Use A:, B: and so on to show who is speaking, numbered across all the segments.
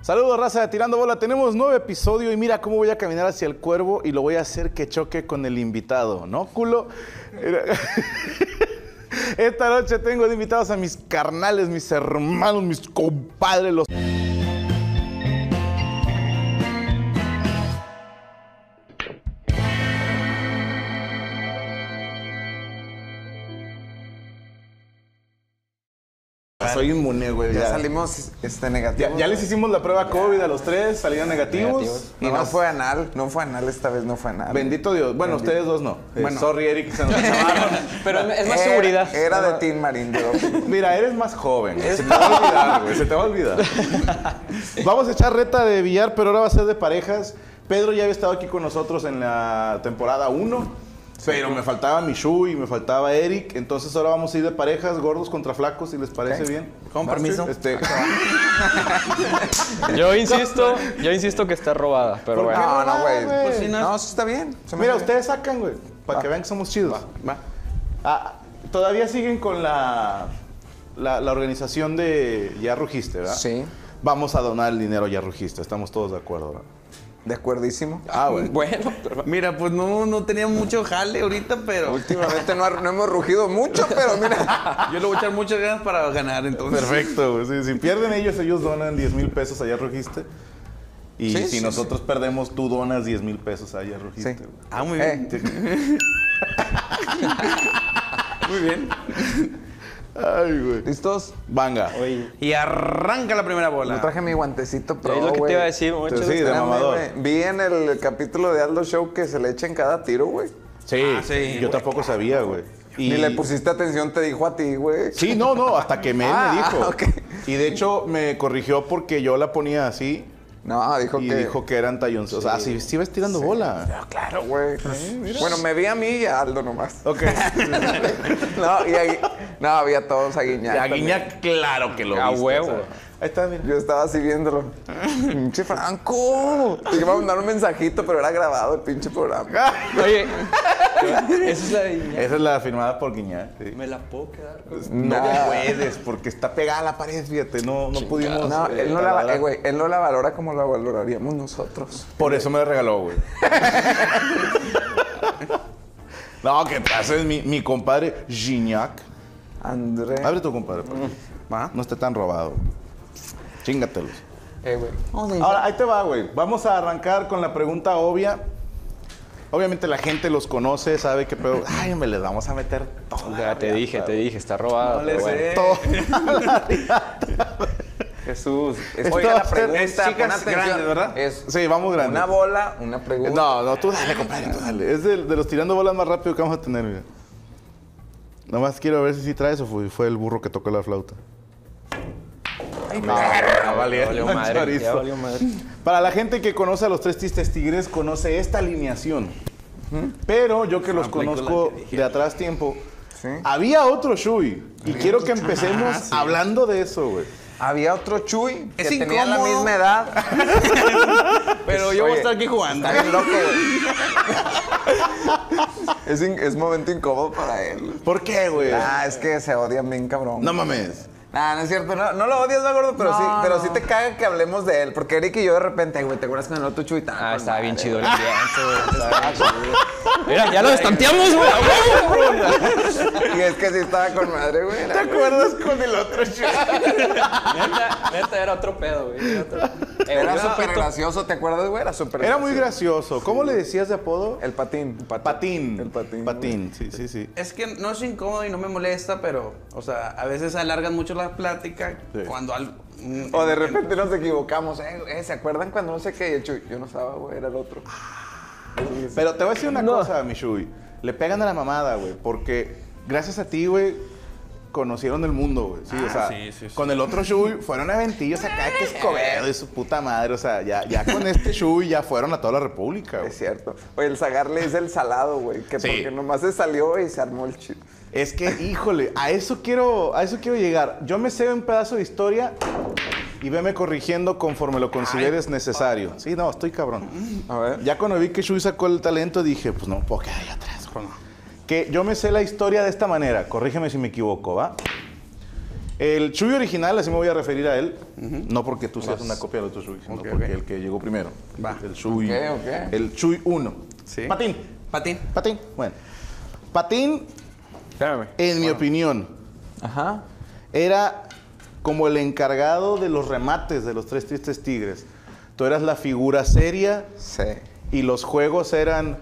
A: Saludos, raza de Tirando Bola. Tenemos nuevo episodio y mira cómo voy a caminar hacia el cuervo y lo voy a hacer que choque con el invitado, ¿no, culo? Esta noche tengo de invitados a mis carnales, mis hermanos, mis compadres, los. Soy inmune, güey.
B: Ya
A: ya.
B: salimos este negativo.
A: Ya, ya les hicimos la prueba COVID a los tres, salieron negativos.
B: Y
A: Nada
B: no
A: más.
B: fue anal, no fue anal esta vez, no fue anal.
A: Bendito Dios. Bueno, ustedes dos no. Eh, Sorry, Eric, se nos acabaron.
C: Pero
D: Ah,
C: es más
D: eh,
B: Era-
C: seguridad.
B: Era de Team Marín de doping.
A: Mira, eres más joven. güey. Se te va a olvidar, güey. Se te va a olvidar. Vamos a echar reta de billar, pero ahora va a ser de parejas. Pedro ya había estado aquí con nosotros en la temporada 1. Pero me faltaba Michu y me faltaba Eric. Entonces ahora vamos a ir de parejas, gordos contra flacos, si les parece
B: Ok.
A: bien.
B: Con permiso. Ah,
A: Este,
C: Yo insisto, yo insisto que está robada, pero
A: ¿Por qué?
B: No,
C: bueno.
B: no, güey.
A: güey.
B: Pues sí, no, eso está bien. se me
A: mira,
B: hace bien.
A: ustedes sacan, güey. Para que vean que somos chidos.
B: Va.
A: Ah, todavía siguen con la, la, la organización de Ya Rugiste, ¿verdad?
B: Sí.
A: Vamos a donar el dinero a Ya Rugiste, estamos todos de acuerdo, ¿verdad?
B: De acuerdísimo.
A: Ah, bueno.
C: Bueno, pero-
D: Mira, pues no, no tenía mucho jale ahorita, pero
B: Últimamente no, ha- no hemos rugido mucho, pero mira.
D: yo le voy a echar muchas ganas para ganar, entonces.
A: Perfecto, güey. Sí, si pierden ellos, ellos donan 10 mil pesos a Ya Rugiste. Y
B: Sí,
A: si
B: sí,
A: nosotros perdemos, tú donas 10 mil pesos a Ya Rugiste.
B: Sí.
A: güey.
D: Ah, muy bien.
B: Eh, Eh.
D: Muy bien.
A: Ay, güey.
B: ¿Listos?
A: Vanga.
C: Oye,
D: Y arranca la primera bola.
B: No traje mi guantecito, pero.
C: es lo que te iba a decir, mucho.
A: Sí, de mamador.
B: Vi en el capítulo de Aldo Show que se le echa en cada tiro, güey.
A: Sí,
D: Ah, sí.
A: yo tampoco sabía, güey. Y-
B: Ni le pusiste atención, te dijo a ti, güey.
A: Sí, no, no, hasta que me,
B: Ah,
A: me dijo.
B: ah, ok.
A: Y de hecho me corrigió porque yo la ponía así
B: No, dijo
A: y
B: que.
A: dijo que eran talloncitos. O sea, si, si ves tirando bola.
B: Claro, güey. Bueno, me vi a mí y a Aldo nomás.
A: Ok.
B: No, y ahí, no, había todos a Guiñac.
A: La
B: también. Ah,
A: guiña, claro que lo
C: A
A: viste,
C: huevo.
A: o sea. Ahí está, mira.
B: Yo estaba así viéndolo. ¡Pinche Franco! Te iba a mandar un mensajito, pero era grabado el pinche programa.
C: Oye, esa es la de-
A: Esa es la firmada por Guiñac. sí.
C: ¿Me la puedo quedar? con-
A: No
B: Nah.
A: puedes, porque está pegada a la pared, fíjate. No, no pudimos.
B: No,
A: eh,
B: él no, la,
A: taladrar.
B: eh, güey, él no la valora como la valoraríamos nosotros.
A: Por eso me la regaló, güey. no, que pasa mi, mi compadre Guiñac.
B: André.
A: Abre tu compadre. por favor.
B: Mm.
D: Va.
A: No esté tan robado. Chingatelos.
C: Eh, güey.
B: Ah,
A: Ahora, ahí te va, güey. Vamos a arrancar con la pregunta obvia. Obviamente la gente los conoce, sabe qué pedo. Ay, hombre, les vamos a meter todo.
C: Ya, te dije, te dije, está robada.
D: No le
B: Pues,
C: pero bueno.
D: sé.
B: Jesús.
A: Esto
B: Oiga,
A: va a
B: la
A: ser-
B: pregunta,
D: es chicas
B: pon atención.
D: grandes, ¿verdad?
B: Es
A: Sí, vamos grande.
B: una bola, una pregunta.
A: No, no, tú dale, compadre, tú dale. Es de, de los tirando bolas más rápido que vamos a tener, mira. Nomás quiero ver si sí traes o fue, fue el burro que tocó la flauta.
C: No, ya
A: valió
C: valió
A: más
C: madre.
A: chorizo.
C: Ya valió madre.
A: Para la gente que conoce a los tres tristes tigres, conoce esta alineación. Pero yo que los
D: película
A: conozco
D: que dije.
A: de atrás tiempo,
B: Sí.
A: había otro Shui. Y quiero que empecemos hablando de eso, güey.
B: Había otro Chuy que
D: Es
B: tenía la
D: incómodo.
B: misma edad.
D: Pero yo voy a
B: pues, Oye.
D: estar aquí jugando.
B: Está bien loco, güey. es, in- es momento incómodo para él.
A: ¿Por qué, güey?
B: Ah, es que se odian bien cabrón.
A: No mames.
B: Nah, no es cierto, no, no lo odias, va gordo, pero
D: No,
B: sí, pero
D: no.
B: sí te caga que hablemos de él, porque Eric y yo de repente, "Ay, güey, ¿te acuerdas con el otro chuita?
C: Ah, estaba bien chido el ambiente, güey. estaba bien chido. Mira, ya lo estanteamos, güey. a huevo.
B: Y es que sí estaba con madre, güey. era-
A: acuerdas con el otro Shui?
C: Neta, neta, era otro pedo, güey. Era, otro... Eh,
B: Era
C: yo
B: súper
C: supito-
B: gracioso, ¿te acuerdas, güey? Era súper
A: Era muy gracioso. ¿Cómo le decías de apodo?
B: El patín.
A: patín.
B: El patín.
A: Patín, sí, sí, sí.
D: Es que no es incómodo y no me molesta, pero, o sea, a veces alargan mucho la plática
A: Sí.
D: cuando mm, algo.
B: O de repente nos equivocamos, eh, güey, ¿se acuerdan cuando no sé qué? Y el Chuy, yo no estaba, güey, era el otro.
A: Ah, Pero te voy a decir una cosa, Mishui. Le pegan a la mamada, güey. Porque gracias a ti, güey, conocieron el mundo, güey. Sí, o
D: Ah,
A: sea,
D: sí, sí, sí.
A: con el otro Shui fueron a Ventillos acá de que Escobedo y su puta madre. O sea, ya, ya con este Shui ya fueron a toda la república, güey.
B: Es cierto. Oye, el Zagar le dice el salado, güey, que
A: Sí.
B: porque nomás se salió y se armó el chido.
A: Es que, híjole, a eso quiero, a eso quiero llegar. Yo me sé un pedazo de historia y veme corrigiendo conforme lo consideres necesario. Sí, no, estoy cabrón.
B: A ver.
A: Ya cuando vi que Shui sacó el talento, dije, pues no me puedo quedar ahí atrás, Juan. Que yo me sé la historia de esta manera, corrígeme si me equivoco, ¿va? El Chuy original, así me voy a referir a él, no porque tú seas una copia del otro Chuy, sino
E: Ok,
A: porque
E: ok.
A: el que llegó primero.
E: Va.
A: El Chuy.
B: Ok, ok.
A: El Chuy 1.
E: Sí.
A: Patín.
E: Patín.
A: Patín. Bueno. Patín,
C: Espérame.
A: en mi opinión,
B: Ajá.
A: era como el encargado de los remates de los tres tristes tigres. Tú eras la figura seria
B: Sí.
A: y los juegos eran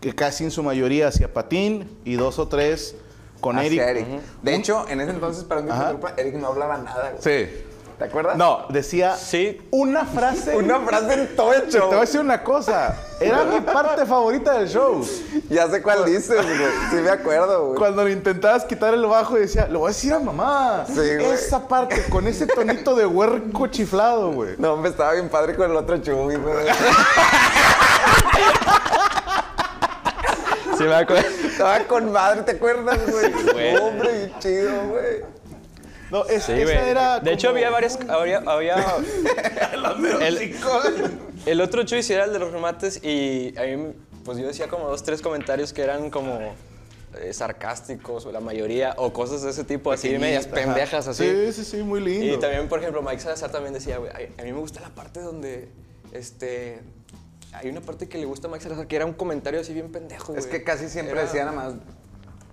A: que casi en su mayoría hacia Patín y dos o tres con
B: Hacia
A: Eric.
B: Eric. De hecho, en ese entonces, para mí,
A: Ajá.
B: Eric no hablaba nada, güey.
A: Sí.
B: ¿Te acuerdas?
A: No, decía
C: Sí.
A: una frase.
B: Una frase en tocho.
A: Te voy a decir una cosa. Era mi parte favorita del show.
B: Ya sé cuál dices, güey. Sí me acuerdo, güey.
A: Cuando le intentabas quitar el bajo y decía, lo voy a decir a mamá.
B: Sí, güey.
A: Esa parte, con ese tonito de huerco chiflado, güey.
B: No, hombre, estaba bien padre con el otro chubi, güey.
C: Sí, me acuerdo.
B: Estaba con madre, ¿te acuerdas, güey?
C: güey.
B: No, hombre, bien chido, güey.
A: No, es-
C: Sí,
A: esa
C: güey.
A: era.
C: De hecho,
A: como-
C: había varias. Había. había el, el otro choice era el de los remates y a mí, pues yo decía como dos, tres comentarios que eran como eh, sarcásticos o la mayoría o cosas de ese tipo, así medias pendejas, así.
A: Sí, sí, sí, muy lindo.
C: Y también, por ejemplo, Mike Salazar también decía, güey, a a mí me gusta la parte donde, este, hay una parte que le gusta a Mike Salazar que era un comentario así bien pendejo,
B: Es
C: güey.
B: que casi siempre
C: Era-
B: decía nada más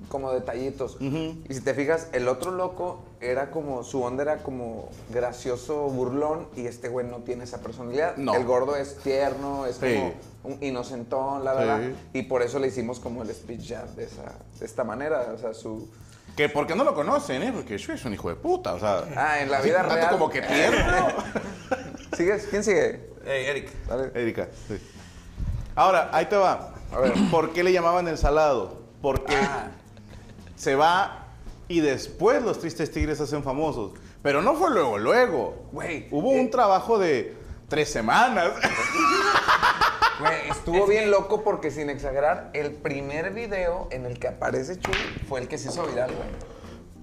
B: como detallitos. Y si te fijas, el otro loco era como, su onda era como gracioso, burlón, y este güey no tiene esa personalidad.
A: No.
B: El gordo es tierno, es
A: Sí.
B: como un inocentón, la
A: Sí.
B: verdad. Y por eso le hicimos como el speech ya de, esa, de esta manera, o sea, su...
A: Que porque no lo conocen, ¿eh? Porque yo es un hijo de puta, o sea.
B: Ah, en la
A: así
B: vida
A: tanto
B: real.
A: como que pierdo.
B: ¿Sigues? ¿Quién sigue?
E: Eric.
B: Dale.
A: Erika, sí. Ahora, ahí te va.
B: A ver.
A: ¿Por qué le llamaban el salado? Porque
B: Ah.
A: se va y después los tristes tigres se hacen famosos. Pero no fue luego, luego.
B: Güey, eh.
A: Hubo un trabajo de tres semanas.
B: Güey, estuvo bien loco porque sin exagerar, el primer video en el que aparece Chuy fue el que se hizo viral, güey.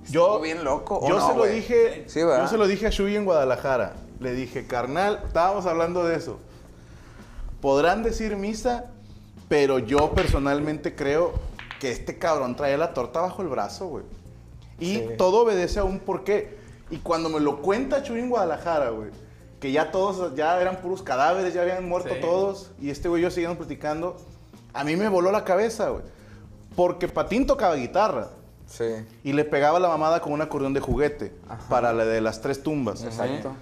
B: Estuvo bien loco, ¿o
A: Yo
B: no,
A: se lo
B: güey?
A: dije.
B: Sí, ¿verdad?
A: yo se lo dije a Shubi en Guadalajara. Le dije, carnal, estábamos hablando de eso. Podrán decir misa, pero yo personalmente creo que este cabrón trae la torta bajo el brazo, güey. Y todo obedece a un porqué. Y cuando me lo cuenta Chuy en Guadalajara, güey, que ya todos, ya eran puros cadáveres, ya habían muerto todos, y este güey y yo seguíamos platicando, a mí me voló la cabeza, güey. Porque Patín tocaba guitarra.
B: Sí.
A: Y le pegaba la mamada con un acordeón de juguete para la de las tres tumbas.
B: Exacto.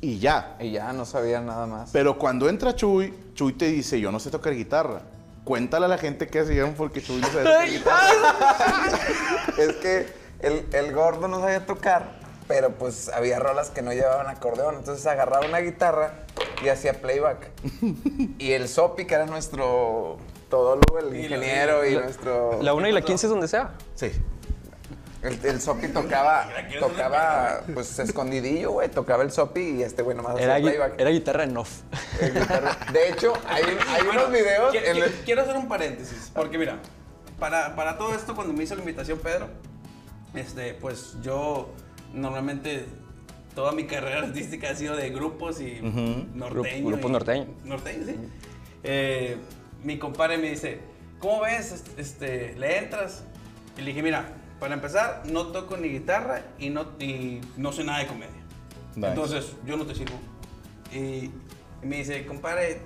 A: Y ya.
B: Y ya no sabía nada más.
A: Pero cuando entra Chuy, Chuy te dice, yo no sé tocar guitarra. Cuéntale a la gente que hacían porque Chuy no sabe tocar guitarra.
B: es que el, el gordo no sabía tocar, pero pues había rolas que no llevaban acordeón. Entonces agarraba una guitarra y hacía playback. y el Sopi, que era nuestro todólogo, el ingeniero y, nuestro.
C: La 1 y la 15 es donde sea.
A: Sí.
B: El, el Sopi tocaba, tocaba pues escondidillo, güey. Tocaba el Sopi y este güey nomás
C: Era,
B: hacía
C: gui-
B: playback.
C: era guitarra en off.
B: El guitarra- De hecho, hay, hay unos videos.
E: Qui-
B: en
E: qui-
B: el-
E: Quiero hacer un paréntesis, porque mira, para, para todo esto, cuando me hizo la invitación Pedro, este, pues yo normalmente toda mi carrera artística ha sido de grupos y norteño.
C: Gru- grupos
E: y-
C: norteño.
E: Norteño, sí. Eh, mi compadre me dice, ¿cómo ves? Est- Este, ¿Le entras? Y le dije, mira, para empezar, no toco ni guitarra y no, y no sé nada de comedia.
A: Nice.
E: Entonces, yo no te sirvo. Y me dice, compadre,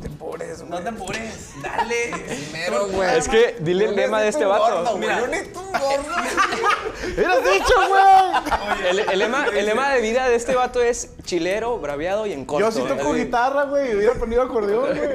B: Te pobres,
E: no
B: güey.
E: te apures, dale.
B: Mero, güey.
C: Es que dile el
B: Yo
C: lema de
B: necesito
C: este
B: un
C: vato.
B: gordo, güey.
E: Mira.
B: Yo necesito un gordo.
A: ¡Eras dicho, güey!
C: El, el lema, el lema de vida de este vato es chilero, braviado y en corto.
A: Yo sí toco
C: Así.
A: guitarra, güey. Hubiera ponido acordeón, güey.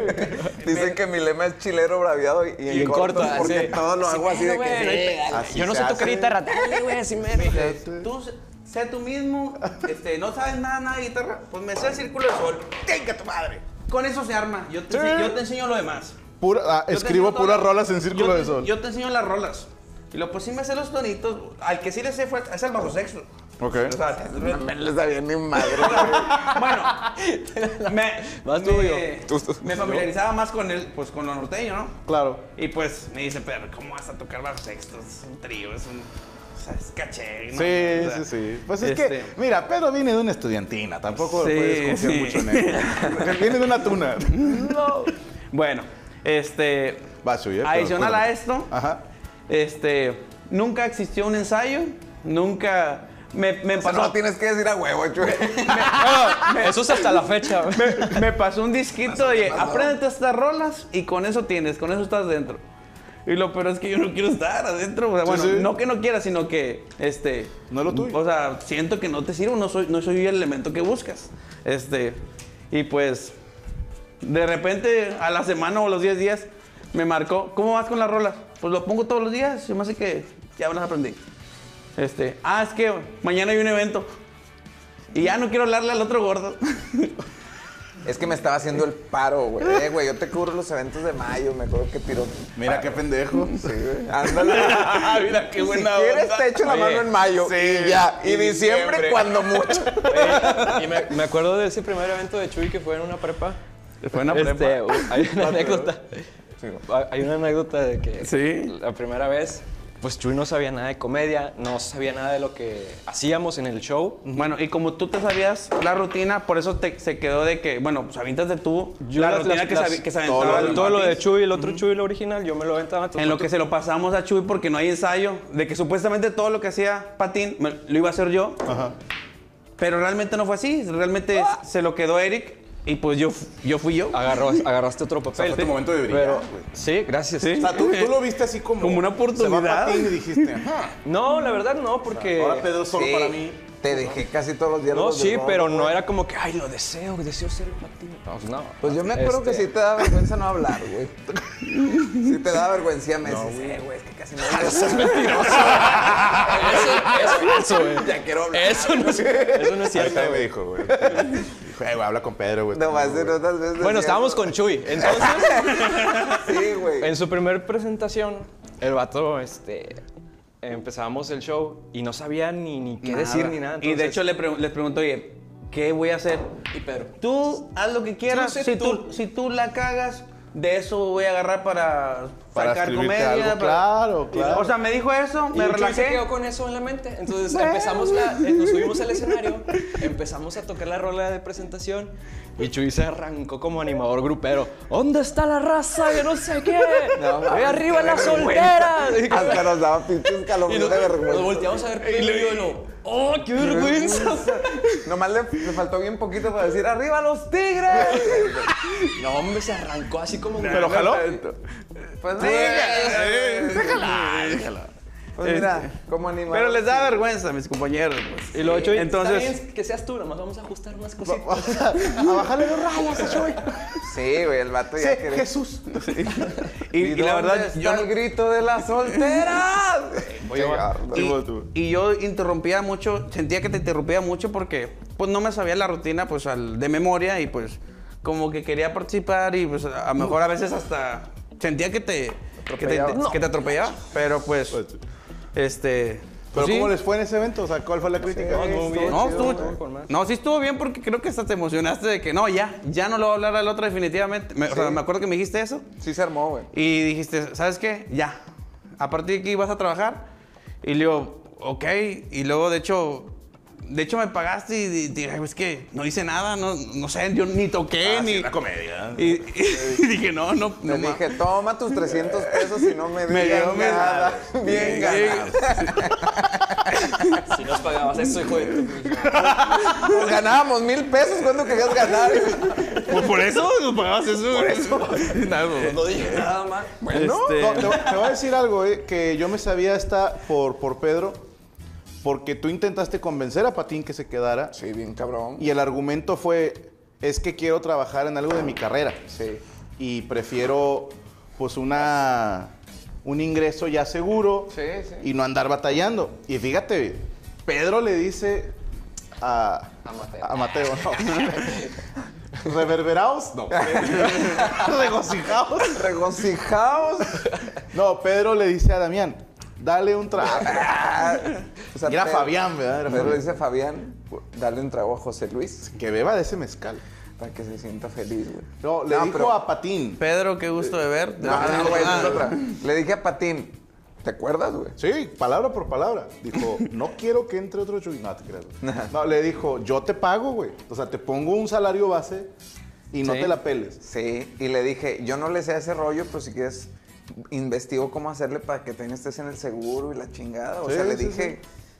B: Dicen que mi lema es chilero, braviado y,
C: Y en corto,
B: porque
C: así.
B: todo lo
C: Sí,
B: hago así de
C: güey, no hay
B: que.
C: pe-
A: así
C: Yo no
A: se
C: sé tocar
A: hace.
C: guitarra. Dale, güey, así mero.
E: Mira, tú sé- sé tú mismo, este, no sabes nada, nada de guitarra, pues me sé el círculo de sol. ¡Tenga tu madre! Con eso se arma. Yo te,
A: Sí.
E: ense- yo te enseño lo demás.
A: Pura- ah,
E: Yo te
A: escribo
E: enseño todo
A: puras
E: lo-
A: rolas en círculo
E: yo
A: de
E: te-
A: sol.
E: Yo te enseño las rolas. Y lo pues sí me sé los tonitos. Al que sí le sé fue es al bajo sexo.
A: Ok.
E: O sea,
B: No le sabía ni madre.
E: bueno, me,
C: Vas tú,
E: me,
C: yo.
B: Tú, tú.
E: me familiarizaba más con el, pues con lo norteño, ¿no?
A: Claro.
E: Y pues me dice, pero ¿cómo vas a tocar bajo sexto? Es un trío, es un. O sea, es caché. ¿no?
A: Sí,
E: O sea,
A: sí, sí. Pues es
E: este-
A: que, mira, Pedro viene de una estudiantina. Tampoco
E: Sí,
A: puedes confiar
E: sí.
A: mucho en él. viene de una tuna.
E: Bueno, este.
A: Va a subir. Ah.
E: adicional a esto,
A: Ajá.
E: este. Nunca existió un ensayo. Nunca me, me
B: Eso
E: pasó.
B: Pues no lo tienes que decir a huevo, chue.
C: Eso es hasta la fecha. güey.
E: me, me pasó un disquito de apréndete estas rolas y con eso tienes, con eso estás dentro. Y lo peor es que yo no quiero estar adentro. o sea,
A: Sí,
E: bueno,
A: sí.
E: no que no quiera, sino que este.
A: No es lo tuyo.
E: O sea, siento que no te sirvo, no soy, no soy el elemento que buscas. Este. Y pues. De repente, a la semana o los 10 días, me marcó. ¿Cómo vas con las rolas? Pues lo pongo todos los días. Yo me hace que ya me las aprendí. Este. Ah, es que mañana hay un evento. Y ya no quiero hablarle al otro gordo.
B: Es que me estaba haciendo el paro, güey. Eh, güey, yo te cubro los eventos de mayo, me acuerdo que tiró.
A: Mira qué pendejo.
B: Sí, güey. Ándale.
E: Ah, Mira qué
B: si
E: buena
B: quieres,
E: onda.
B: te echo la
C: Oye,
B: mano en mayo.
A: sí,
B: y ya. Y,
A: y
B: diciembre,
A: diciembre.
B: cuando mucho.
C: Oye, y me, me acuerdo de ese primer evento de Chuy que fue en una prepa.
E: Fue una
C: Este,
E: prepa.
C: hay una anécdota. Hay una anécdota de que
E: Sí.
C: la primera vez, pues Chuy no sabía nada de comedia, no sabía nada de lo que hacíamos en el show.
E: Bueno, y como tú te sabías la rutina, por eso te- se quedó de que, bueno, pues aviéntate tú
C: Yo
E: la
C: las-
E: rutina
C: las-
E: que,
C: las-
E: se, avi- que se
A: todo lo
E: aventaba el
A: del
C: Todo lo de
E: Matis.
C: Chuy, el otro Chuy, el original, yo me lo aventaba. entonces
E: En lo
C: tú-
E: que se lo pasamos a Chuy porque no hay ensayo, de que supuestamente todo lo que hacía Patín me- lo iba a hacer yo,
A: Ajá.
E: pero realmente no fue así, realmente
C: Ah.
E: se lo quedó Eric y pues yo, fu- yo fui yo.
C: Agarró, agarraste otro papel.
A: fue tu
C: Sí.
A: momento de brillar,
C: Pero-
A: güey.
C: sí, gracias.
A: O sea, tú, tú lo viste así como.
E: Como una
A: Se va a
E: oportunidad.
A: patín y dijiste, ajá.
C: No, la verdad no, porque...
A: Ahora Pedro solo
B: Sí,
A: para mí.
B: Te dejé casi todos los días.
C: No, sí, pero no era como que, ay, lo deseo, deseo ser el patín. No, pues, no.
B: Pues yo me acuerdo que
C: Este,
B: sí te daba vergüenza no hablar, güey. Sí te daba vergüenza, me decías, eh, güey, es que casi no hablo.
C: Eso, güey.
B: Ya quiero hablar.
C: Eso no es, eso no es
A: Ahí
C: cierto.
A: está, me dijo, güey. Dijo, "Eh, güey, habla con Pedro, güey.
B: No, más de
A: güey".
B: otras veces.
C: Bueno,
B: decías,
C: estábamos con Chuy. Entonces,
B: Sí, güey.
C: en su primer presentación, el vato, este. Empezábamos el show y no sabía ni, ni qué decir ni nada.
E: y de
C: entonces-
E: hecho le pregun- les pregunto, oye, ¿qué voy a hacer?
C: Y Pedro.
E: Tú haz lo que quieras.
C: Tú sé
E: si,
C: tú.
E: tú. si tú la cagas, de eso voy a agarrar para,
A: Para
E: sacar
A: escribirte
E: comedia.
A: algo,
E: para-
A: claro, claro.
E: O sea, me dijo eso,
C: Y
E: me
C: Chuy se
E: relajé.
C: quedó con eso en la mente. Entonces empezamos la, eh, nos subimos al escenario, empezamos a tocar la rola de presentación y Chuy se arrancó como animador grupero. ¿Dónde está la raza? Yo no sé qué.
B: No,
C: Ve
B: mames,
C: arriba
B: qué
C: las
B: vergüenza.
C: solteras. Y-
B: Hasta nos daba pinches
C: Y
B: calambres
C: nos,
B: de
C: nos
B: vergüenza.
C: volteamos a ver Pedro y yo, y lo, ¡oh, qué vergüenza!
B: Nomás le, le faltó bien poquito para decir, ¡arriba los tigres!
C: No, hombre, se arrancó así como...
A: Pero jaló.
B: Pues
E: Sí, ya,
B: sí, Pues mira, como animal.
E: Pero les da vergüenza a mis compañeros. pues.
C: Y lo hecho, entonces...
E: Entonces,
C: que seas tú, nomás vamos a ajustar unas cositas.
A: A bajarle los rayas a Chuy.
B: Sí, güey, el vato ya
A: Sí,
B: quería.
A: Jesús.
E: y, y la verdad, yo
B: yo el grito de las solteras.
C: Oye,
B: Qué
C: va.
B: garra.
A: Sí,
E: Y,
A: bueno, tú.
E: y yo interrumpía mucho, sentía que te interrumpía mucho porque pues no me sabía la rutina pues al- de memoria y pues como que quería participar y pues a a lo mejor a veces hasta sentía que te que te,
B: Atropellaba.
E: que te atropellaba, pero pues
A: Pues sí.
E: este
A: Pero
E: pues, sí.
A: ¿cómo les fue en ese evento? O sea, ¿cuál fue la crítica?
C: no, muy bien.
E: no,
C: Chido,
E: estuvo,
C: güey. Con más.
E: no, sí estuvo bien porque creo que hasta te emocionaste de que no, ya, ya no lo voy a hablar al otro definitivamente. Me- O sea,
B: Sí.
E: me acuerdo que me dijiste eso.
B: Sí se armó, güey.
E: Y dijiste, ¿sabes qué? Ya. A partir de aquí vas a trabajar. Y le digo, ok. Y luego, de hecho, de hecho me pagaste y di- dije, "Ay, es que no hice nada, no, no sé, yo ni
A: Ah,
E: toqué, ni...
A: comedia.
E: Y, y dije, no, no,
B: Le
E: no. ma-
B: dije, toma tus 300 pesos y no me
E: Me dio
B: digas
E: miedo.
B: nada. Bien ganado.
C: Si nos pagabas eso, hijo de tu...
B: Pues ganábamos mil pesos. ¿Cuánto querías ganar?
E: Pues por eso nos pagabas eso. Por eso.
C: No dije nada más.
A: Bueno,
E: Este-
A: no, te, te voy a decir algo, eh, que yo me sabía esta por, por Pedro, porque tú intentaste convencer a Patín que se quedara
B: Sí, bien cabrón.
A: y el argumento fue, es que quiero trabajar en algo de mi carrera
B: Sí.
A: y prefiero pues una un ingreso ya seguro
B: Sí, sí.
A: y no andar batallando. Y fíjate, Pedro le dice a,
C: A Mateo.
A: a Mateo, no. Reverberaos, no. Regocijaos.
B: Regocijaos.
A: No, Pedro le dice a Damián, dale un trago.
B: O sea,
A: Era
B: te-
A: Fabián, ¿verdad? Era
B: Pero
A: Fabián.
B: dice Fabián, dale un trago a José Luis
A: Que beba de ese mezcal.
B: para que se sienta feliz, güey.
A: No, le dijo
B: pero-
A: a Patín.
E: Pedro, qué gusto de verte.
B: No, no, no, güey, esa es
E: Ah,
B: otra. Le dije a Patín, ¿te acuerdas, güey?
A: Sí, palabra por palabra. Dijo, no quiero que entre otro chuy. No, te creas, güey. No, le dijo, yo te pago, güey. O sea, te pongo un salario base y no
E: Sí.
A: te la peles.
B: Sí, y le dije, yo no le sé a ese rollo, pero si quieres, investigo cómo hacerle para que también estés en el seguro y la chingada. O
A: Sí,
B: sea, le
A: sí,
B: dije,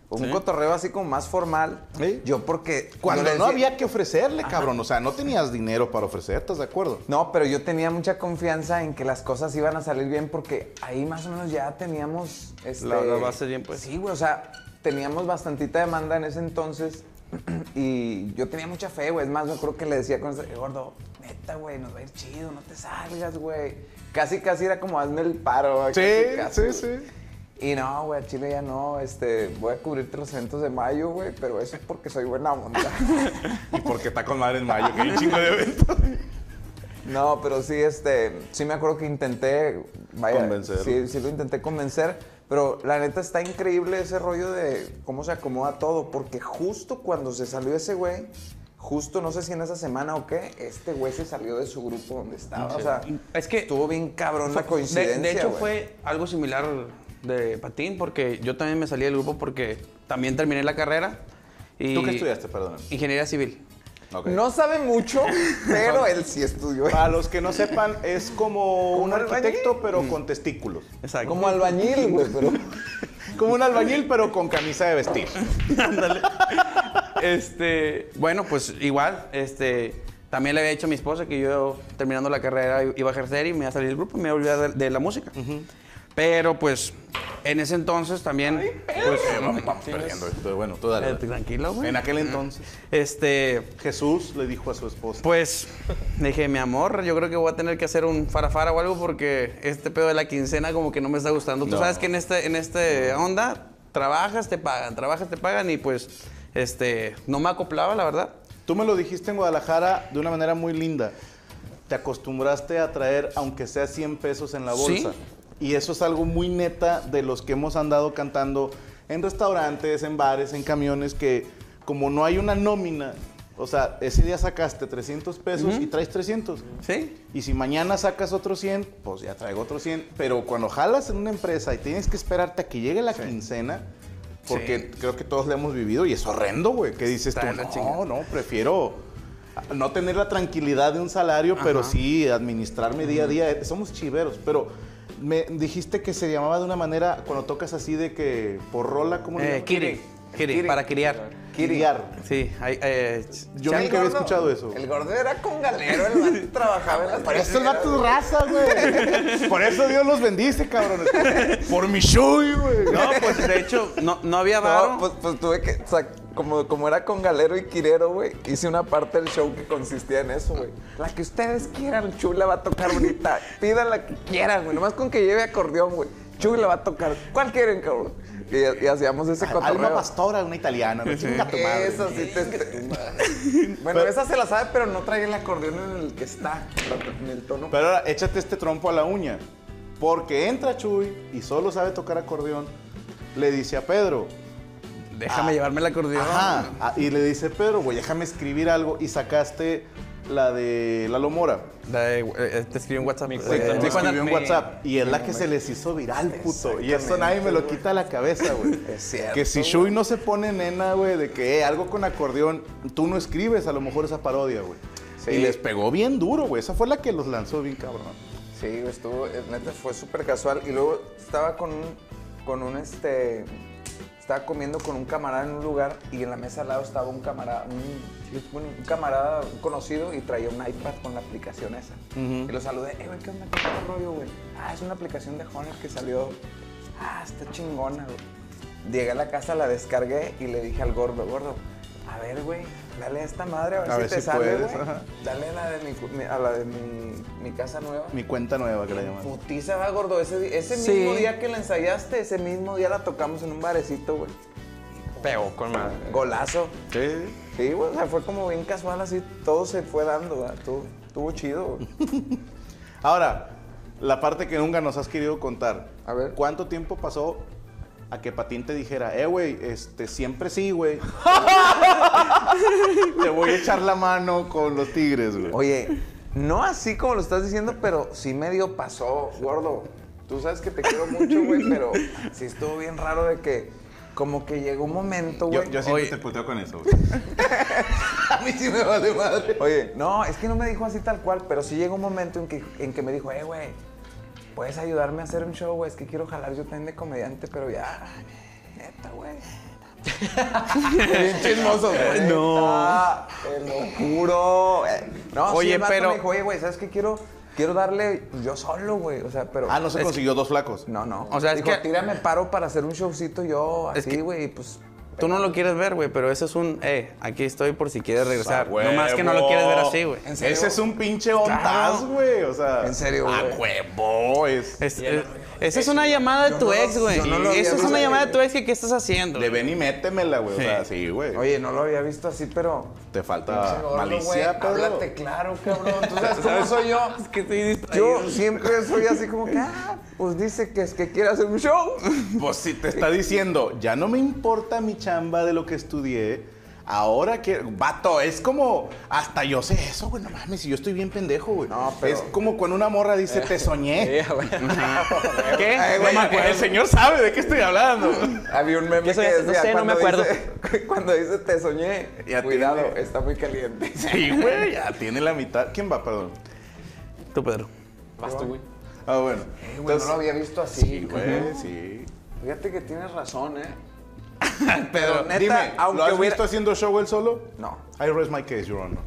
B: un
D: Sí.
B: cotorreo así como más formal.
A: Sí.
B: Yo porque...
A: Cuando
B: yo le
A: no
B: decía-
A: había que ofrecerle, cabrón. O sea, no tenías dinero para ofrecer, ¿estás de acuerdo?
B: No, pero yo tenía mucha confianza en que las cosas iban a salir bien porque ahí más o menos ya teníamos... Este,
D: La- la base bien, pues.
B: Sí, güey, o sea, teníamos bastantita demanda en ese entonces y yo tenía mucha fe, güey. Es más, me acuerdo que le decía con ese, "Eh, gordo, neta, güey, nos va a ir chido, no te salgas, güey. Casi, casi era como hazme el paro. güey,
A: Sí,
B: casi,
A: sí,
B: casi,
A: sí.
B: güey. Y no, güey, a Chile ya no, este, voy a cubrirte los eventos de mayo, güey, pero eso es porque soy buena onda.
A: Y porque está con madre en mayo, que hay un chingo de eventos.
B: No, pero sí, este, sí me acuerdo que intenté, vaya,
A: Convencerlo.
B: sí, sí lo intenté convencer, pero la neta está increíble ese rollo de cómo se acomoda todo, porque justo cuando se salió ese güey, justo no sé si en esa semana o qué, este güey se salió de su grupo donde estaba, o sea,
D: Es que-
B: estuvo bien cabrón la
D: Fue- de-
B: coincidencia.
D: De, hecho,
B: güey.
D: fue algo similar de Patín, porque yo también me salí del grupo porque también terminé la carrera. Y
A: ¿Tú qué estudiaste, perdón?
D: Ingeniería civil.
A: Ok.
B: No sabe mucho, pero él sí estudió.
A: Para los que no sepan, es Pues. como un Mm.
B: un albañil?
A: arquitecto, pero con testículos.
D: Exacto.
B: Como albañil, güey, pero
A: Como un albañil, pero con camisa de vestir.
D: este, bueno, pues igual, este, también le había dicho a mi esposa que yo terminando la carrera iba a ejercer y me iba a salir del grupo y me iba a olvidar de, de la música. Pero pues en ese entonces también pues,
A: eh, Vamos perdiendo esto. Bueno, tú dale,
D: eh,
A: dale.
D: tranquilo, güey.
A: En aquel entonces,
D: Este,
A: Jesús le dijo a su esposa.
D: pues le dije, mi amor, yo creo que voy a tener que hacer un farafara o algo porque este pedo de la quincena como que no me está gustando. Tú
A: No.
D: sabes que en este en este onda trabajas, te pagan, trabajas, te pagan y pues este no me acoplaba, la verdad.
A: Tú me lo dijiste en Guadalajara de una manera muy linda. Te acostumbraste a traer, aunque sea 100 pesos en la bolsa.
D: Sí.
A: Y eso es algo muy neta de los que hemos andado cantando en restaurantes, en bares, en camiones, que como no hay una nómina, o sea, ese día sacaste 300 pesos y traes 300.
D: ¿Sí?
A: Y si mañana sacas otro 100, pues ya traigo otro 100. Pero cuando jalas en una empresa y tienes que esperarte a que llegue la quincena, porque creo que todos la hemos vivido y es horrendo, güey. Que dices tú,
D: Está de la
A: no,
D: chingada".
A: no, prefiero no tener la tranquilidad de un salario, pero sí administrarme día a día. Somos chiveros, pero me dijiste que se llamaba de una manera cuando tocas así de que por rola, ¿cómo le
D: Eh,
A: llaman?
D: kiri, kiri, para criar.
A: Kiriar.
D: Sí, hay, eh,
A: Yo nunca había escuchado eso.
B: El gordo era con galero, el vato trabajaba en las
A: Por eso el
B: paredes.
A: vato es raza, güey. Por eso Dios los bendice, cabrones. Por mi show, güey.
D: No, pues de hecho, no, no había varo.
B: No, pues, pues tuve que. o sea, como, como era con Galero y Quirero, güey, hice una parte del show que consistía en eso, güey. La que ustedes quieran, Chuy la va a tocar bonita. Pidan la que quieran, güey. Nomás con que lleve acordeón, güey. Chuy la va a tocar. ¿Cuál quieren, cabrón? Y, y hacíamos ese
A: Alma
B: cotorreo.
A: Pastora, una italiana. No chinga tu madre.
B: Esa sí te. bueno, esa se la sabe, pero no trae el acordeón en el que está, en el tono.
A: Pero ahora, échate este trompo a la uña. Porque entra Chuy y solo sabe tocar acordeón. Le dice a Pedro.
D: Déjame llevarme la acordeón.
A: ah, Ajá. ah, Y le dice Pedro, güey, déjame escribir algo. Y sacaste la de Lalo Mora.
D: La de, eh, te escribí en WhatsApp.
A: Te- te
D: Eh,
A: escribió
D: cuando
A: en
D: me-
A: WhatsApp y es la que se les hizo viral, puto. Y eso nadie me lo quita de la cabeza, güey.
B: Es cierto,
A: Que si Shui no se pone nena, güey, de que eh, algo con acordeón, tú no escribes a lo mejor esa parodia, güey.
B: Sí.
A: Y les pegó bien duro, güey. Esa fue la que los lanzó bien cabrón.
B: Sí, güey, estuvo, eh, neta, fue súper casual. Y luego estaba con un, con un, este, estaba comiendo con un camarada en un lugar y en la mesa al lado estaba un camarada, un, un camarada conocido y traía un iPad con la aplicación esa. Y lo saludé, eh, güey, ¿qué onda? ¿Qué tal rollo, güey? Ah, es una aplicación de Honor que salió, ah, está chingona, güey. Llegué a la casa, la descargué y le dije al gordo, gordo, a ver, güey, dale a esta madre, a ver
A: A
B: si
A: ver
B: te
A: si
B: sale,
A: puedes,
B: güey.
A: ajá.
B: Dale a la de mi, cu- mi- a la de mi, mi casa nueva.
A: Mi cuenta nueva que la llaman.
B: Putiza va, gordo. Ese, di- ese
D: Sí.
B: mismo día que la ensayaste, ese mismo día la tocamos en un barecito, güey.
C: Pegó con madre.
B: Golazo.
A: Sí.
B: Sí, güey, o sea, fue como bien casual, así todo se fue dando, güey. Estuvo, estuvo chido, güey.
A: Ahora, la parte que nunca nos has querido contar.
B: A ver.
A: ¿Cuánto tiempo pasó a que Patín te dijera, eh, güey, este, siempre sí, güey? te voy a echar la mano con los tigres, güey.
B: Oye, no así como lo estás diciendo, pero sí medio pasó, gordo. Tú sabes que te quiero mucho, güey, pero sí estuvo bien raro de que como que llegó un momento, güey.
A: Yo, yo siempre
D: Oye.
A: te puteo con eso, güey. a mí sí me vale madre.
B: Oye, no, es que no me dijo así tal cual, pero sí llegó un momento en que, en que me dijo, eh, güey, ¿puedes ayudarme a hacer un show, güey? Es que quiero jalar yo también de comediante, pero ya, neta, güey. Bien chismosos, güey.
E: No.
B: Ah, Te lo juro. Eh, No,
E: Oye,
B: sí, el vato
E: pero-
B: me dijo, oye, güey, ¿sabes qué quiero? Quiero darle pues, yo solo, güey. O sea, pero.
A: Ah, no se consiguió dos flacos. Ah,
B: No, no.
E: O sea, es
B: Dijo,
E: que-
B: tírame paro para hacer un showcito yo,
E: Es
B: así,
E: que-
B: güey, y pues.
E: Tú no lo quieres ver, güey, pero eso es un, eh, aquí estoy por si quieres regresar.
A: Ah,
E: no más que no lo
A: huevo.
E: quieres ver así, güey.
B: ¿En serio?
A: Ese es un pinche ondas, güey. O sea.
B: En serio, güey.
A: A huevo. Es
E: Es- es- esa es una llamada de
B: yo
E: tu
B: no-
E: ex, güey.
B: yo no lo había
E: Esa es
B: visto,
E: una llamada de
B: güey.
E: tu ex que qué estás haciendo.
A: de
E: güey?
A: ven y métemela, güey. O sea, sí, güey.
B: Oye, no lo había visto así, pero.
A: Te
B: Pinche
A: falta
B: gordo,
A: malicia,
B: güey,
A: Pedro.
B: Háblate claro, cabrón. Tú Ah, sabes cómo soy yo.
D: Es que estoy distraído.
B: Yo siempre soy así como que, ah, pues dice que es que quiere hacer un show.
A: Pues si te está diciendo, ya no me importa mi chamba de lo que estudié. Ahora que. Vato, es como. Hasta yo sé eso, güey. No mames, si yo estoy bien pendejo, güey.
B: No, pero-
A: Es como cuando una morra dice, te soñé.
C: Sí, güey.
E: ¿Qué?
B: Ay,
E: no
B: güey,
E: me acuerdo.
A: El señor sabe de qué estoy hablando.
B: Había un meme que
C: Yo soy-
B: decía,
C: no sé, no me
B: cuando
C: acuerdo.
B: dice- cuando dice te soñé,
A: Ya
B: cuidado,
A: tiene.
B: está muy caliente.
A: Sí, güey, ya tiene la mitad. ¿Quién va, perdón?
E: Tú, Pedro.
C: Vas tú, güey.
A: Ah, bueno.
B: Eh, güey, no
A: Entonces-
B: lo había visto así.
A: Sí, güey,
B: cabrón.
A: sí.
B: Fíjate que tienes razón, eh.
A: Pero
B: neta,
A: dime,
B: aunque
A: ¿lo has
B: hubiera-
A: visto haciendo show él solo?
B: No.
A: I rest my case, Your Honor.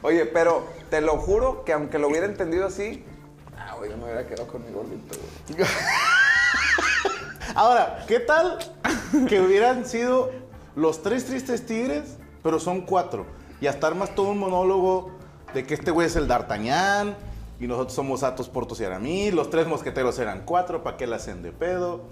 B: Oye, pero te lo juro que aunque lo hubiera entendido así, ah, güey, yo me hubiera quedado con mi gordito, güey.
A: Ahora, ¿qué tal que hubieran sido los tres tristes tigres, pero son cuatro? Y hasta armas todo un monólogo de que este güey es el D'Artagnan y nosotros somos Atos, Portos y Aramis, los tres mosqueteros eran cuatro, ¿para qué la hacen de pedo?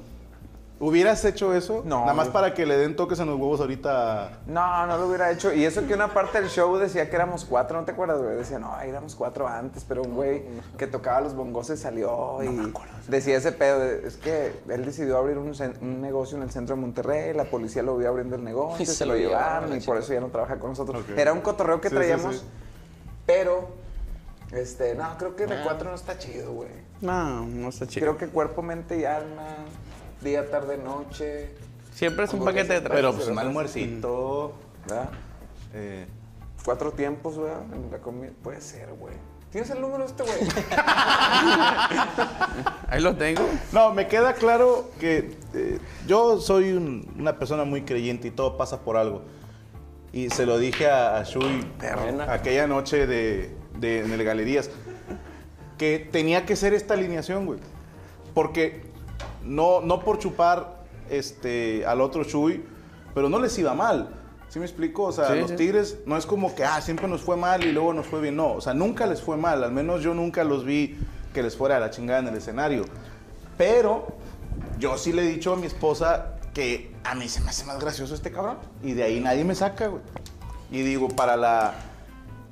A: ¿Hubieras hecho eso?
B: No.
A: Nada más para que le den toques en los huevos ahorita. a-
B: No, no lo hubiera hecho. Y eso que una parte del show decía que éramos cuatro, ¿no te acuerdas, güey? Decía, no, éramos cuatro antes, pero un güey que tocaba los bongos se salió y decía ese pedo. de- Es que él decidió abrir un, cen- un negocio en el centro de Monterrey, la policía lo vio abriendo el negocio,
C: Y
B: se,
C: se
B: lo
C: lo llevaron,
B: llevaron y
C: la
B: por eso ya no trabaja con nosotros.
A: Ok.
B: Era un cotorreo que
A: Sí, sí,
B: traíamos,
A: sí.
B: pero, este, no, creo que de cuatro no está chido, güey.
E: No, no está chido.
B: Creo que cuerpo, mente y alma, día, tarde, noche.
E: Siempre es un paquete de
A: Pero
E: tragos.
A: pues un almuercito.
B: ¿verdad?
A: eh,
B: Cuatro tiempos, güey, en la comida. Puede ser, güey. ¿Tienes el número de este, güey?
E: Ahí lo tengo.
A: No, me queda claro que eh, yo soy un- una persona muy creyente y todo pasa por algo. Y se lo dije a, a Shui
C: Perra.
A: aquella noche de, de- en el Galerías, que tenía que ser esta alineación, güey. Porque no, no por chupar este, al otro Shui, pero no les iba mal. ¿Sí me explico? O sea,
E: Sí,
A: los
E: sí.
A: Tigres no es como que, ah, siempre nos fue mal y luego nos fue bien. No, o sea, nunca les fue mal. Al menos yo nunca los vi que les fuera a la chingada en el escenario. Pero yo sí le he dicho a mi esposa que a mí se me hace más gracioso este cabrón. Y de ahí nadie me saca, güey. Y digo, para la...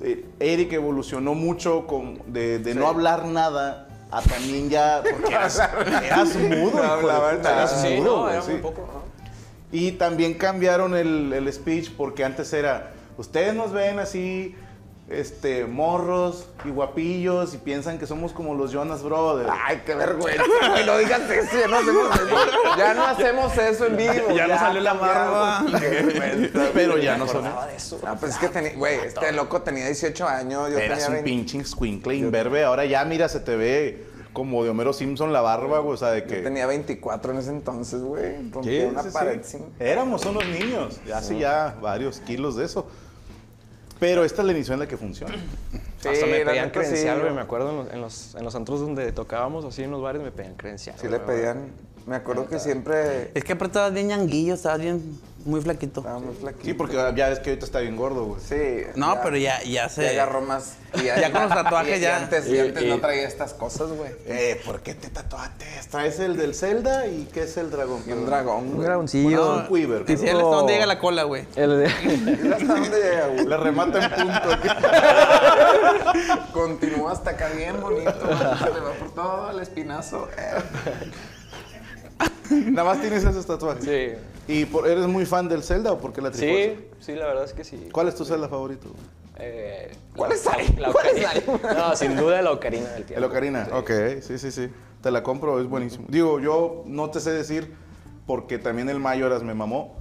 A: eh, Eric evolucionó mucho con, de, de no hablar nada a también ya... Porque eras, eras mudo, hijo de
B: hablaba
A: puta,
B: nada.
A: eras
C: Sí,
A: mudo,
C: no,
A: güey,
C: era muy
A: sí.
C: poco. ¿no?
A: Y también cambiaron el, el speech porque antes era, ustedes nos ven así, este, morros y guapillos y piensan que somos como los Jonas Brothers.
B: Ay, qué vergüenza, güey. No digas eso. Ya no hacemos eso, ya no hacemos eso en vivo.
E: Ya no salió la
B: cambiamos.
E: barba.
B: Qué vergüenza,
A: Pero
B: güey,
A: ya
B: me
A: no son-
B: acordaba de eso. Ah, pues es que tenía, güey, este loco tenía 18 años. Yo
A: Eras
B: tenía
A: un
B: 20.
A: pinche squinkle imberbe. Ahora ya, mira, se te ve como de Homero Simpson la barba, güey, o sea, de
B: Yo
A: que...
B: tenía 24 en ese entonces, güey. Rompí
A: Sí,
B: una
A: sí, sí.
B: pared sin-
A: Éramos unos niños, ya hace ya varios kilos de eso. Pero esta es la edición en la que funciona.
B: Sí,
C: Hasta me
B: la
C: pedían
B: neta, sí,
C: credencial, güey.
B: yo-
C: Me acuerdo en los, en, los, en los antros donde tocábamos, así en los bares, me pedían credencial.
B: Sí le
C: güey,
B: pedían. Me acuerdo que siempre
E: Es que aparte estabas bien ñanguillo, estabas bien, muy flaquito.
B: estaba muy flaquito.
A: Sí, porque ya ves que ahorita está bien gordo, güey.
B: Sí.
E: No, pero ya, ya se...
B: Ya agarró más. y
E: Ya con los tatuajes
B: y- y
E: ya.
B: antes, y antes no traía estas cosas, güey.
A: Eh, ¿por qué te tatuaste? Traes el del Zelda y ¿qué es el dragón?
B: Y un dragón,
C: Un
B: güey.
A: Bueno,
C: dragoncillo.
A: un quiver.
E: Y si él hasta dónde llega la cola, güey.
C: El de...
B: ¿Y hasta dónde llega, güey?
A: La remata en punto.
B: Continúa hasta acá bien bonito. güey. Le va por todo el espinazo. Eh,
A: Nada más tienes esos tatuajes.
C: Sí.
A: ¿Y por- eres muy fan del Zelda o por qué la trifuerza?
C: Sí, sí, la verdad es que sí.
A: ¿Cuál es tu Zelda favorito?
C: Eh,
B: ¿Cuáles
C: la-
B: hay?
C: la
B: ¿Cuáles
C: ocarina. No, sin duda la ocarina del tiempo.
A: El Ocarina. Ok, sí, sí, sí. Te la compro, es buenísimo. Digo, yo no te sé decir porque también el Mayoras me mamó.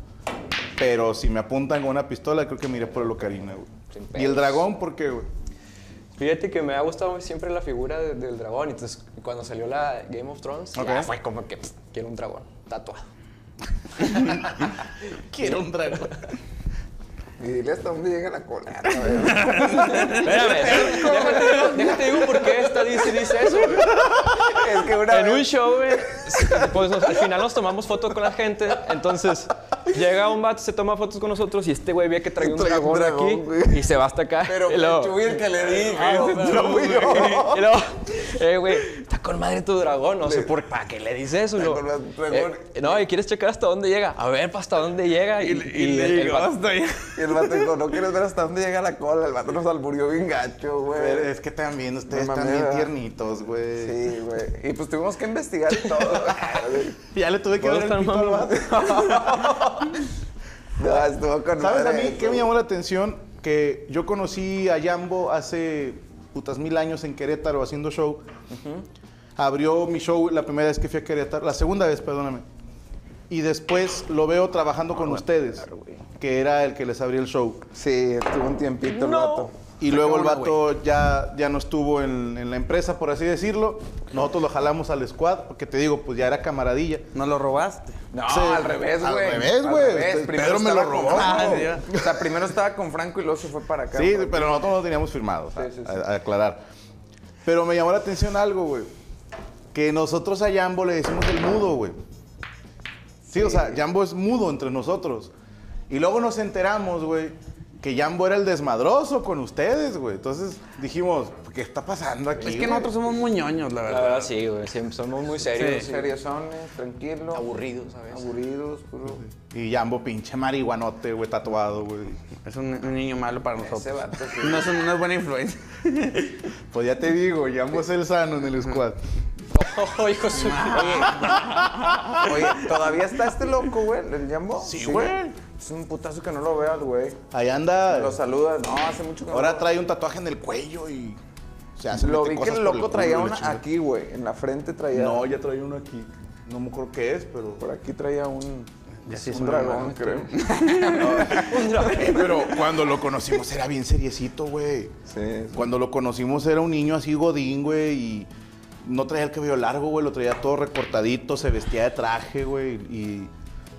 A: Pero si me apuntan con una pistola, creo que miré por el Ocarina, güey.
C: Sin
A: ¿Y el
C: pedos.
A: dragón por qué, güey?
C: Fíjate que me ha gustado siempre la figura de- del dragón. Entonces, cuando salió la Game of Thrones,
A: Ok.
C: ya fue como que pff, quiero un dragón tatuado.
A: Quiero un dragón.
B: Y dile hasta dónde llega la cola. güey.
C: Espérame, déjate, déjate digo por qué esta dice, dice eso. güey.
B: es que una
C: En un
B: vez...
C: show, güey, pues nos- al final nos tomamos fotos con la gente, entonces llega un vato, se toma fotos con nosotros y este güey ve que trae un
B: Trae
C: dragón,
B: un dragón,
C: aquí
B: güey.
C: y se va hasta acá.
B: Pero
C: y luego-
B: fue el que le dije.
C: Ah,
B: ese
C: bueno,
B: no fui yo.
C: Y luego, eh, güey, está con madre tu dragón, no sé por para qué le dices eso.
B: Está
C: no?
B: con madre tu dragón.
C: Eh, no, y quieres checar hasta dónde llega. A ver, pa' hasta dónde llega. Y,
D: Y,
C: y
D: le
C: el- el
D: digo,
C: vato-
D: hasta allá.
B: Y el vato dijo, no quieres ver hasta dónde llega la cola. El vato nos alburió bien gacho,
A: Pero
B: güey.
A: es que también ustedes
B: No mames,
A: están bien
B: Eh. ¿verdad?
A: tiernitos, güey.
B: Sí, güey. Y pues tuvimos que investigar todo. güey.
A: Ya le tuve que
C: Puedo
A: ver el
C: estar
A: pito al
C: mamando.
A: vato.
B: No, estuvo con
A: ¿Sabes a
B: madre
A: mí
B: eso.
A: qué me llamó la atención? Que yo conocí a Jambo hace putas mil años en Querétaro haciendo show. Abrió mi show la primera vez que fui a Querétaro, la segunda vez, perdóname. Y después lo veo trabajando con ustedes, que era el que les abrió el show.
B: Ah, Sí, Ah, estuvo un tiempito el vato.
A: Y luego el vato ya, ya no estuvo en, en la empresa, por así decirlo. Nosotros lo jalamos al squad, porque te digo, pues ya era camaradilla.
E: Nos lo robaste.
B: No,
A: Sí.
B: al revés,
A: Al
B: güey.
A: revés, güey.
B: revés.
A: Pedro
B: Primero
A: me lo
B: estaba con
A: robó.
B: Franco.
A: Ah,
B: O sea, primero estaba con Franco y luego se fue para acá.
A: Sí,
B: para-
A: pero nosotros no lo teníamos firmado, o sea,
B: Sí, sí, sí.
A: A, a aclarar. Pero me llamó la atención algo, güey. Que nosotros a Jambo le decimos el mudo, güey. Sí, o sea, Jambo es mudo entre nosotros. Y luego nos enteramos, güey, que Jambo era el desmadroso con ustedes, güey. Entonces dijimos, ¿qué está pasando aquí?
E: Es que
A: güey?
E: nosotros somos muy ñoños, la
C: La
E: verdad.
C: verdad, sí, güey, siempre somos muy serios.
E: Sí.
B: Seriosones, tranquilos.
C: Aburridos, a veces.
B: Aburridos, puro.
A: Y Jambo, pinche marihuanote, güey, tatuado, güey.
E: Es un, un niño malo para nosotros.
B: Ese vato, sí.
E: no, es un- no es buena influencia.
A: Pues ya te digo, Jambo es el sano en el squad.
C: Oh, hijo de su-
B: Oye, ¿todavía está este loco, güey? ¿El Jambo? Sí,
A: güey.
B: Es un putazo que no lo veas, güey.
A: Ahí anda.
B: Lo saludas. No, hace mucho que no
A: Ahora
B: lo-
A: trae un tatuaje en el cuello y se hace
B: Lo
A: mete
B: vi que
A: cosas por
B: el loco
A: culo y
B: traía
A: la
B: una
A: chingada.
B: aquí, güey. En la frente traía.
A: No, ya traía uno aquí. No me acuerdo qué es, pero.
B: Por aquí traía un.
E: Ya sí es
B: un
E: un
B: dragón,
E: hermano,
A: este,
B: creo.
A: Eh, Pero cuando lo conocimos era bien seriecito, güey.
B: Sí, sí.
A: Cuando lo conocimos era un niño así godín, güey, y no traía el cabello largo, güey, lo traía todo recortadito, se vestía de traje, güey, y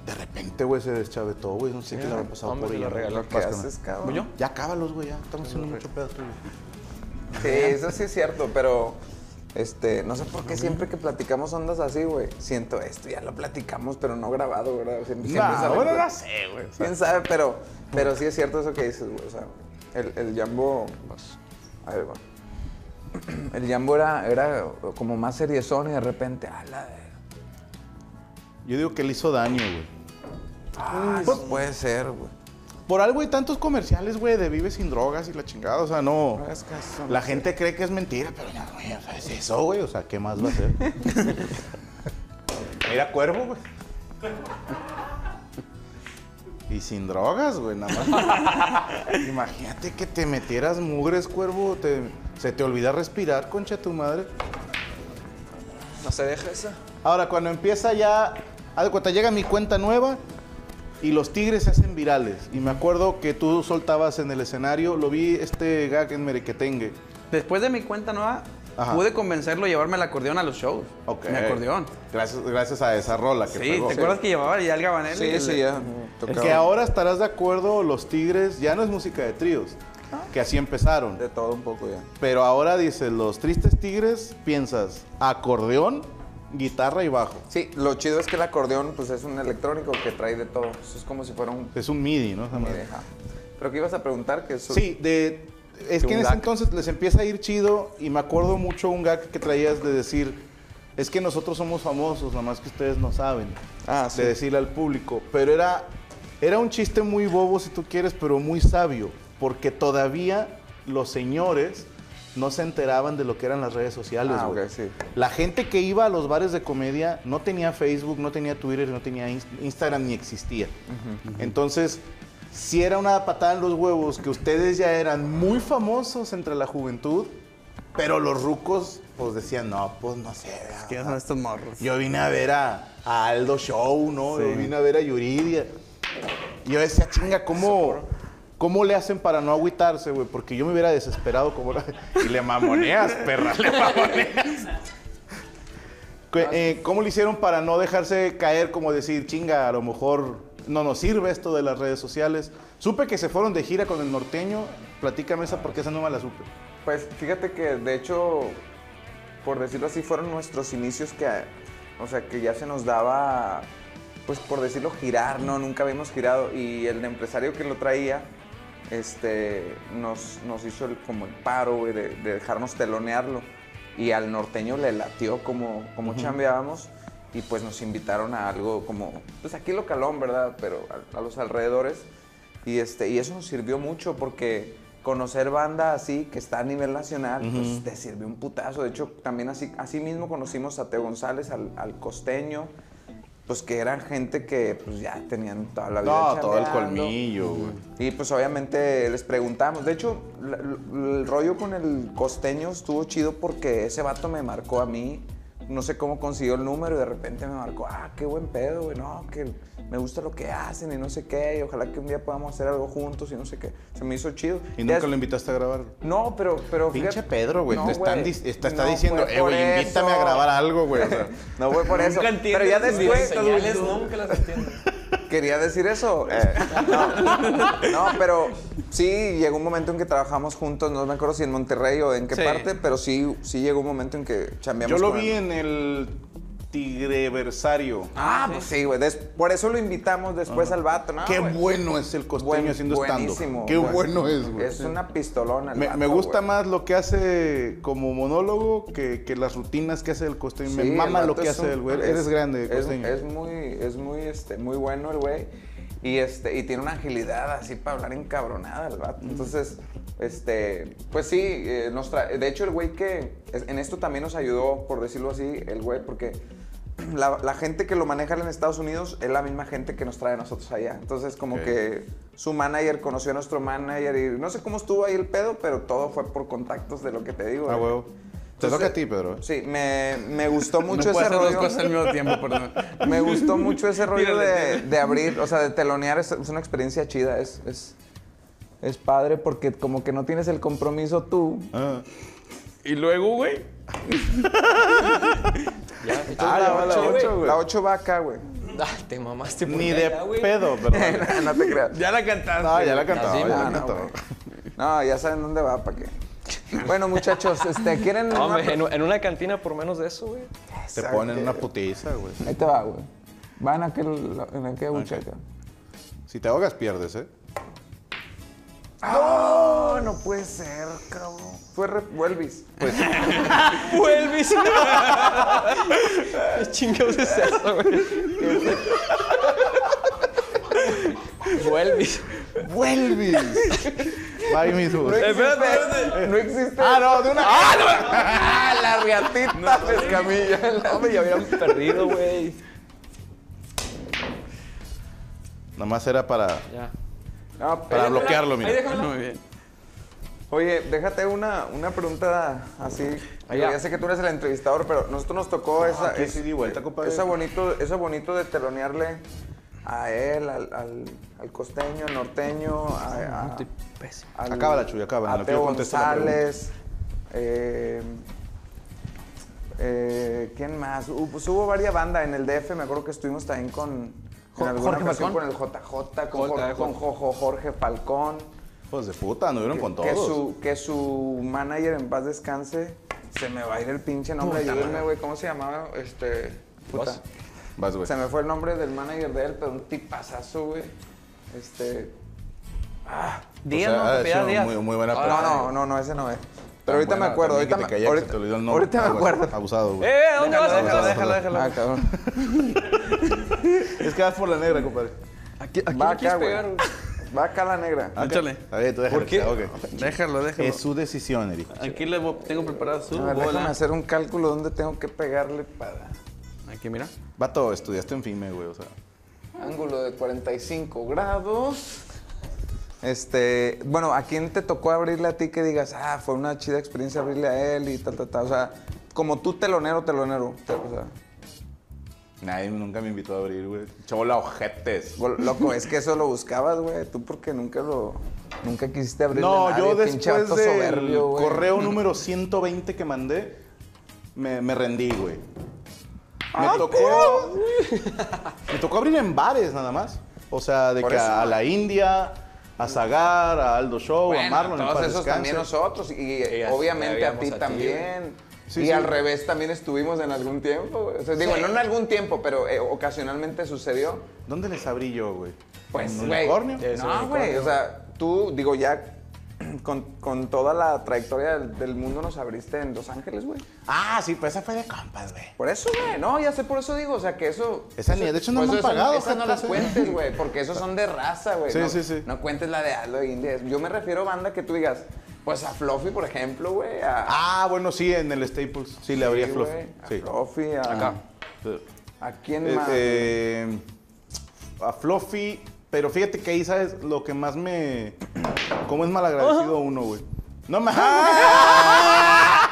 A: de repente, güey, se deschavetó, güey, no sé qué le habrá pasado
C: hombre,
A: por
C: se
A: ella.
C: lo regaló.
A: güey.
B: ¿Qué haces, cabrón?
E: ¿Yo?
A: Ya cábalos, güey, ya estamos haciendo mucho pedo tú, güey.
B: Sí, eso sí es cierto, pero este, no sé por qué siempre que platicamos ondas así, güey, siento esto, ya lo platicamos, pero no grabado, ¿verdad? Sie- siempre
A: Nah,
B: sabe-
A: bueno, no sé, güey. o sea,
B: ¿Quién sabe? Pero, pero sí es cierto eso que dices, güey. O sea, el, el Jambo... A ver, va. El Jambo era, era como más seriezón y de repente, a la de...
A: Yo digo que le hizo daño, güey.
B: Ah, no puede ser, güey.
A: Por algo hay tantos comerciales, güey, de vive sin drogas y la chingada, o sea, no.
B: No es caso.
A: La gente cree que es mentira, pero no, güey, o sea, es eso, güey, o sea, ¿qué más va a ser? Era cuervo, güey. Y sin drogas, güey, nada más. Imagínate que te metieras mugres, cuervo, te- se te olvida respirar, concha de tu madre.
C: No se deja esa.
A: Ahora, cuando empieza ya, haz de cuenta, llega mi cuenta nueva y los tigres se hacen virales. Y me acuerdo que tú soltabas en el escenario, lo vi este gag en Merequetengue.
E: Después de mi cuenta nueva,
A: Ajá.
E: pude convencerlo a llevarme el acordeón a los shows.
A: Ok.
E: Mi acordeón.
A: Gracias, gracias a esa rola que
E: Sí,
A: pegó.
E: ¿te acuerdas que llevaba ya el gabanel? y
B: Sí,
E: el-
B: sí, ya.
A: Es
B: tocaba.
A: que ahora estarás de acuerdo, los Tigres ya no es música de tríos, que así empezaron.
B: De todo un poco ya.
A: Pero ahora dices, los tristes Tigres, piensas acordeón, guitarra y bajo.
B: Sí, lo chido es que el acordeón, pues, es un electrónico que trae de todo. Eso es como si fuera un
A: Es un MIDI, ¿no? Esa Ah, madre.
B: Ajá. Pero que ibas a preguntar que eso.
A: Sí, de, es que en ese
B: Tundac.
A: entonces les empieza a ir chido y me acuerdo mucho un gag que traías de decir, es que nosotros somos famosos, nada más que ustedes no saben.
B: Ah, sí.
A: De decirle al público. Pero era, era un chiste muy bobo, si tú quieres, pero muy sabio, porque todavía los señores no se enteraban de lo que eran las redes sociales.
B: Ah,
A: güey.
B: ok, sí.
A: La gente que iba a los bares de comedia no tenía Facebook, no tenía Twitter, no tenía Inst- Instagram ni existía. Entonces, si era una patada en los huevos que ustedes ya eran muy famosos entre la juventud, pero los rucos pues decían, no, pues no sé. ¿verdad?
E: ¿Quiénes son estos morros?
A: Yo vine a ver a, a Aldo Show, ¿no? Yo vine a ver a Yuridia. Y yo decía, chinga, ¿cómo, ¿cómo le hacen para no agüitarse, güey? Porque yo me hubiera desesperado como la- Y le mamoneas, perra, le mamoneas. Que, eh, ¿Cómo le hicieron para no dejarse caer como decir, chinga, a lo mejor no nos sirve esto de las redes sociales? Supe que se fueron de gira con el norteño. Platícame esa porque esa no me la supe.
B: Pues fíjate que de hecho, por decirlo así, fueron nuestros inicios que, o sea, que ya se nos daba, pues por decirlo, girar, ¿no? Nunca habíamos girado y el empresario que lo traía, este, nos, nos hizo el- como el paro, güey, de, de dejarnos telonearlo y al norteño le latió como, como chambeábamos y pues nos invitaron a algo como, pues aquí localón, ¿verdad? Pero a, a los alrededores y, este, y eso nos sirvió mucho porque conocer banda así que está a nivel nacional, pues te sirvió un putazo. De hecho, también así, así mismo conocimos a Teo González, al, al costeño, pues que eran gente que pues ya tenían toda la vida
A: No, todo el
B: chambeando.
A: colmillo, güey.
B: Y pues obviamente les preguntamos. De hecho, la- l- el rollo con el costeño estuvo chido porque ese vato me marcó a mí. No sé cómo consiguió el número y de repente me marcó, ah, qué buen pedo, güey, no, que me gusta lo que hacen y no sé qué, y ojalá que un día podamos hacer algo juntos y no sé qué. Se me hizo chido.
A: Y nunca
B: Ya-
A: lo invitaste a grabar.
B: No, pero, pero.
A: Pinche
B: fíjate-
A: Pedro, güey.
B: No,
A: te están
B: güey,
A: dis- está, está
B: no
A: diciendo,
B: fue
A: eh,
B: por
A: güey, invítame
B: eso".
A: a grabar algo, güey. o sea.
B: No fue por eso.
C: Nunca
B: Pero
C: entiendes
B: ya
C: las
B: después.
C: señales, nunca las entiendes.
B: Quería decir eso. eh, no, no, pero sí llegó un momento en que trabajamos juntos, no me acuerdo si en Monterrey o en qué
E: Sí.
B: parte, pero sí, sí llegó un momento en que
A: Yo
B: chambeamos.
A: lo
B: con
A: vi
B: él.
A: en el Tigreversario.
B: Ah, pues sí, güey. des- Por eso lo invitamos después al vato, ¿no?
A: Qué
B: güey?
A: bueno es el costeño
B: Buen-
A: haciendo stand
B: buenísimo,
A: Qué
B: güey.
A: bueno es, güey.
B: Es una pistolona. el
A: Me, me
B: vato,
A: gusta
B: güey.
A: más lo que hace como monólogo que, que las rutinas que hace el costeño. Este, me
B: Sí, el
A: mama lo
B: vato
A: que
B: es
A: hace
B: un-
A: el güey.
B: es-
A: Eres grande,
B: es-
A: costeño.
B: Es, muy, es muy, este, muy bueno el güey. Y, este, y tiene una agilidad así para hablar encabronada el vato. Entonces, este, pues sí, eh, nos tra- de hecho el güey que es- en esto también nos ayudó, por decirlo así, el güey, porque la, la gente que lo maneja en Estados Unidos es la misma gente que nos trae a nosotros allá. Entonces, como
A: Ok.
B: que su manager conoció a nuestro manager y no sé cómo estuvo ahí el pedo, pero todo fue por contactos de lo que te digo.
A: Ah,
B: güey.
A: huevo. Te
B: Entonces,
A: toca a ti, Pedro. ¿eh?
B: Sí, me, me gustó mucho
E: no
B: ese
E: puedo hacer dos
B: rollo.
E: cosas al mismo tiempo, perdón.
B: Me gustó mucho ese rollo
E: Tírale,
B: de, de abrir, o sea, de telonear. Es, es una experiencia chida, es, es, es padre porque como que no tienes el compromiso tú.
A: Ah.
E: Y luego, güey,
A: Ah, ya va la
B: ocho,
A: ocho, güey.
B: La 8 va acá, güey.
C: Ah, te mamaste por
A: Ni de
C: allá, güey.
A: pedo, perdón.
B: no te creas.
E: ya la cantaste.
A: No, ya la cantaba,
C: sí,
A: ya
B: Ah,
A: la
B: no,
A: cantaba.
B: güey. No, ya saben dónde va, ¿para qué? Bueno, muchachos, este, ¿quieren...? una-
C: No, hombre, en, en una cantina por menos de eso, güey.
A: Te ponen una putiza, güey.
B: Ahí te va, güey. Va en aquel, en aquel muchacho.
A: Si te ahogas, pierdes, ¿eh? ¡Ah!
B: ¡Oh! No puede ser, cabrón. Fue Re- Elvis.
A: Pues
C: ¡Vuelves! ¿Qué chingados es eso, güey? Vuelves.
A: ¡Vuelves! Bye, mis
B: No
A: hijos.
B: existe. No existe.
A: Ah, no, de una.
B: ¡Ah, la riatita pescamilla!
C: Hombre, ya habían perdido, güey.
A: Nomás era para,
C: Ya.
B: No,
A: para
B: pero-
A: bloquearlo, mira.
E: Muy bien.
B: Oye, déjate una, una pregunta así.
C: Ahí
B: Digo,
C: va.
B: ya sé que tú eres el entrevistador, pero nosotros nos tocó esa,
A: aquí sí di vuelta, compadre.
B: esa bonito, eso bonito de telonearle a él, al, al, al costeño, al norteño, a, a,
C: Estoy pésimo.
B: al-
A: Acábala, Chuy, acábala,
B: a
A: no
B: Teo
A: quiero contestar la pregunta.
B: González. eh, eh, ¿Quién más? Hu- pues hubo varias bandas en el DF, me acuerdo que estuvimos también con... En
E: Jo-
B: alguna
E: Jorge
B: ocasión
E: Falcón.
B: con el JJ, con,
E: Jorge,
B: Jorge, con Jojo- Jorge Falcón.
A: Hijos de puta, no vieron con
B: Que
A: todos.
B: su, que su manager en paz descanse. Se me va a ir el pinche nombre. Ayúdenme, güey. ¿Cómo se llamaba? Este. Puta.
A: Vas, pues. güey.
B: Se me fue el nombre del manager de él, pero un tipazazo, güey. Este.
E: Díaz,
A: O sea,
E: ¿no?
A: ha de
E: Apellida
A: ser
E: Díaz.
A: muy, muy buena
B: No,
A: persona.
B: no, no, no, ese no es.
A: Ah, Tan
B: Pero ahorita me
A: buena
B: acuerdo,
A: también
B: ahorita
A: que
B: me,
A: te callaste,
B: ahorita,
A: te olvidó el nombre.
B: ahorita me
A: Ah, güey,
B: acuerdo.
A: Abusado, güey.
C: ¡Eh, ¿a dónde vas a
A: Déjalo,
C: estar?
A: déjalo, déjalo.
B: Ah, cabrón.
A: Es que vas por la negra, compadre.
C: Aquí, aquí
B: Va
C: me quieres
B: acá, güey.
C: pegar, güey.
B: Va acá la negra.
A: Ah, ok.
E: Échale.
A: A ver, tú déjalo.
E: ¿Por qué?
A: ok.
E: Déjalo, déjalo.
A: Es su decisión, Eric.
D: Aquí le vo- tengo preparado su
B: A ver, déjame
D: bola.
B: hacer un cálculo dónde tengo que pegarle para.
E: Aquí, mira.
A: Vato, estudiaste en FIME, güey, o sea.
B: Ángulo de 45 grados. Este, bueno, ¿a quién te tocó abrirle a ti que digas, ah, fue una chida experiencia abrirle a él y tal, tal, tal? O sea, como tú telonero, telonero. te- o sea,
A: Nadie nunca me invitó a abrir, güey. Chola, ojetes.
B: go- Pues, loco, es que eso lo buscabas, güey. Tú porque nunca lo, nunca quisiste abrirle a
A: No,
B: nadie,
A: yo
B: pinche
A: después
B: vato
A: del
B: soberbio, güey.
A: correo número 120 que mandé, me, me rendí, güey.
B: Ah,
A: Me tocó. me tocó abrir en bares nada más. O sea, de
B: Por
A: que
B: eso.
A: a la India, a Zagar, a Aldo Show, a
B: Bueno,
A: Marlon, en
B: todos
A: paz
B: esos
A: descanse.
B: también nosotros. Y, eh,
C: así
B: obviamente a
C: habíamos
B: ti
C: a ti,
B: también.
A: Sí,
B: y
A: sí.
B: al revés también estuvimos en algún tiempo. güey. O sea, digo, no en algún tiempo, pero eh, ocasionalmente sucedió.
A: ¿Dónde les abrí yo, güey?
B: Pues,
A: ¿En un
B: güey.
A: unicornio?
C: Es un
B: No, güey. O sea, tú, digo, ya con, con toda la trayectoria del, del mundo nos abriste en Los Ángeles, güey.
A: Ah, sí, pues esa fue de compas, güey.
B: Por eso, güey. No, ya sé, por eso digo. O sea, que eso.
A: Esa ni- de hecho, no
B: por
A: me
B: eso
A: han
B: esa-
A: pagado,
B: Esa no
A: gente,
B: las
A: sí.
B: cuentes, güey, porque esos son de raza, güey.
A: Sí,
B: no,
A: sí, sí.
B: No cuentes la de Aldo Indias. Yo me refiero a banda que tú digas, pues a Fluffy, por ejemplo, güey. A,
A: Ah, bueno, sí, en el Staples. Sí, le abrí a Fluffy.
B: güey, Ah, a
A: Sí.
B: Fluffy, a.
A: Acá. Sí.
B: ¿A quién
A: Eh,
B: más?
A: eh, a Fluffy, pero fíjate que ahí, ¿sabes? Lo que más me... ¿Cómo es malagradecido uno, güey? No me...
B: Ah,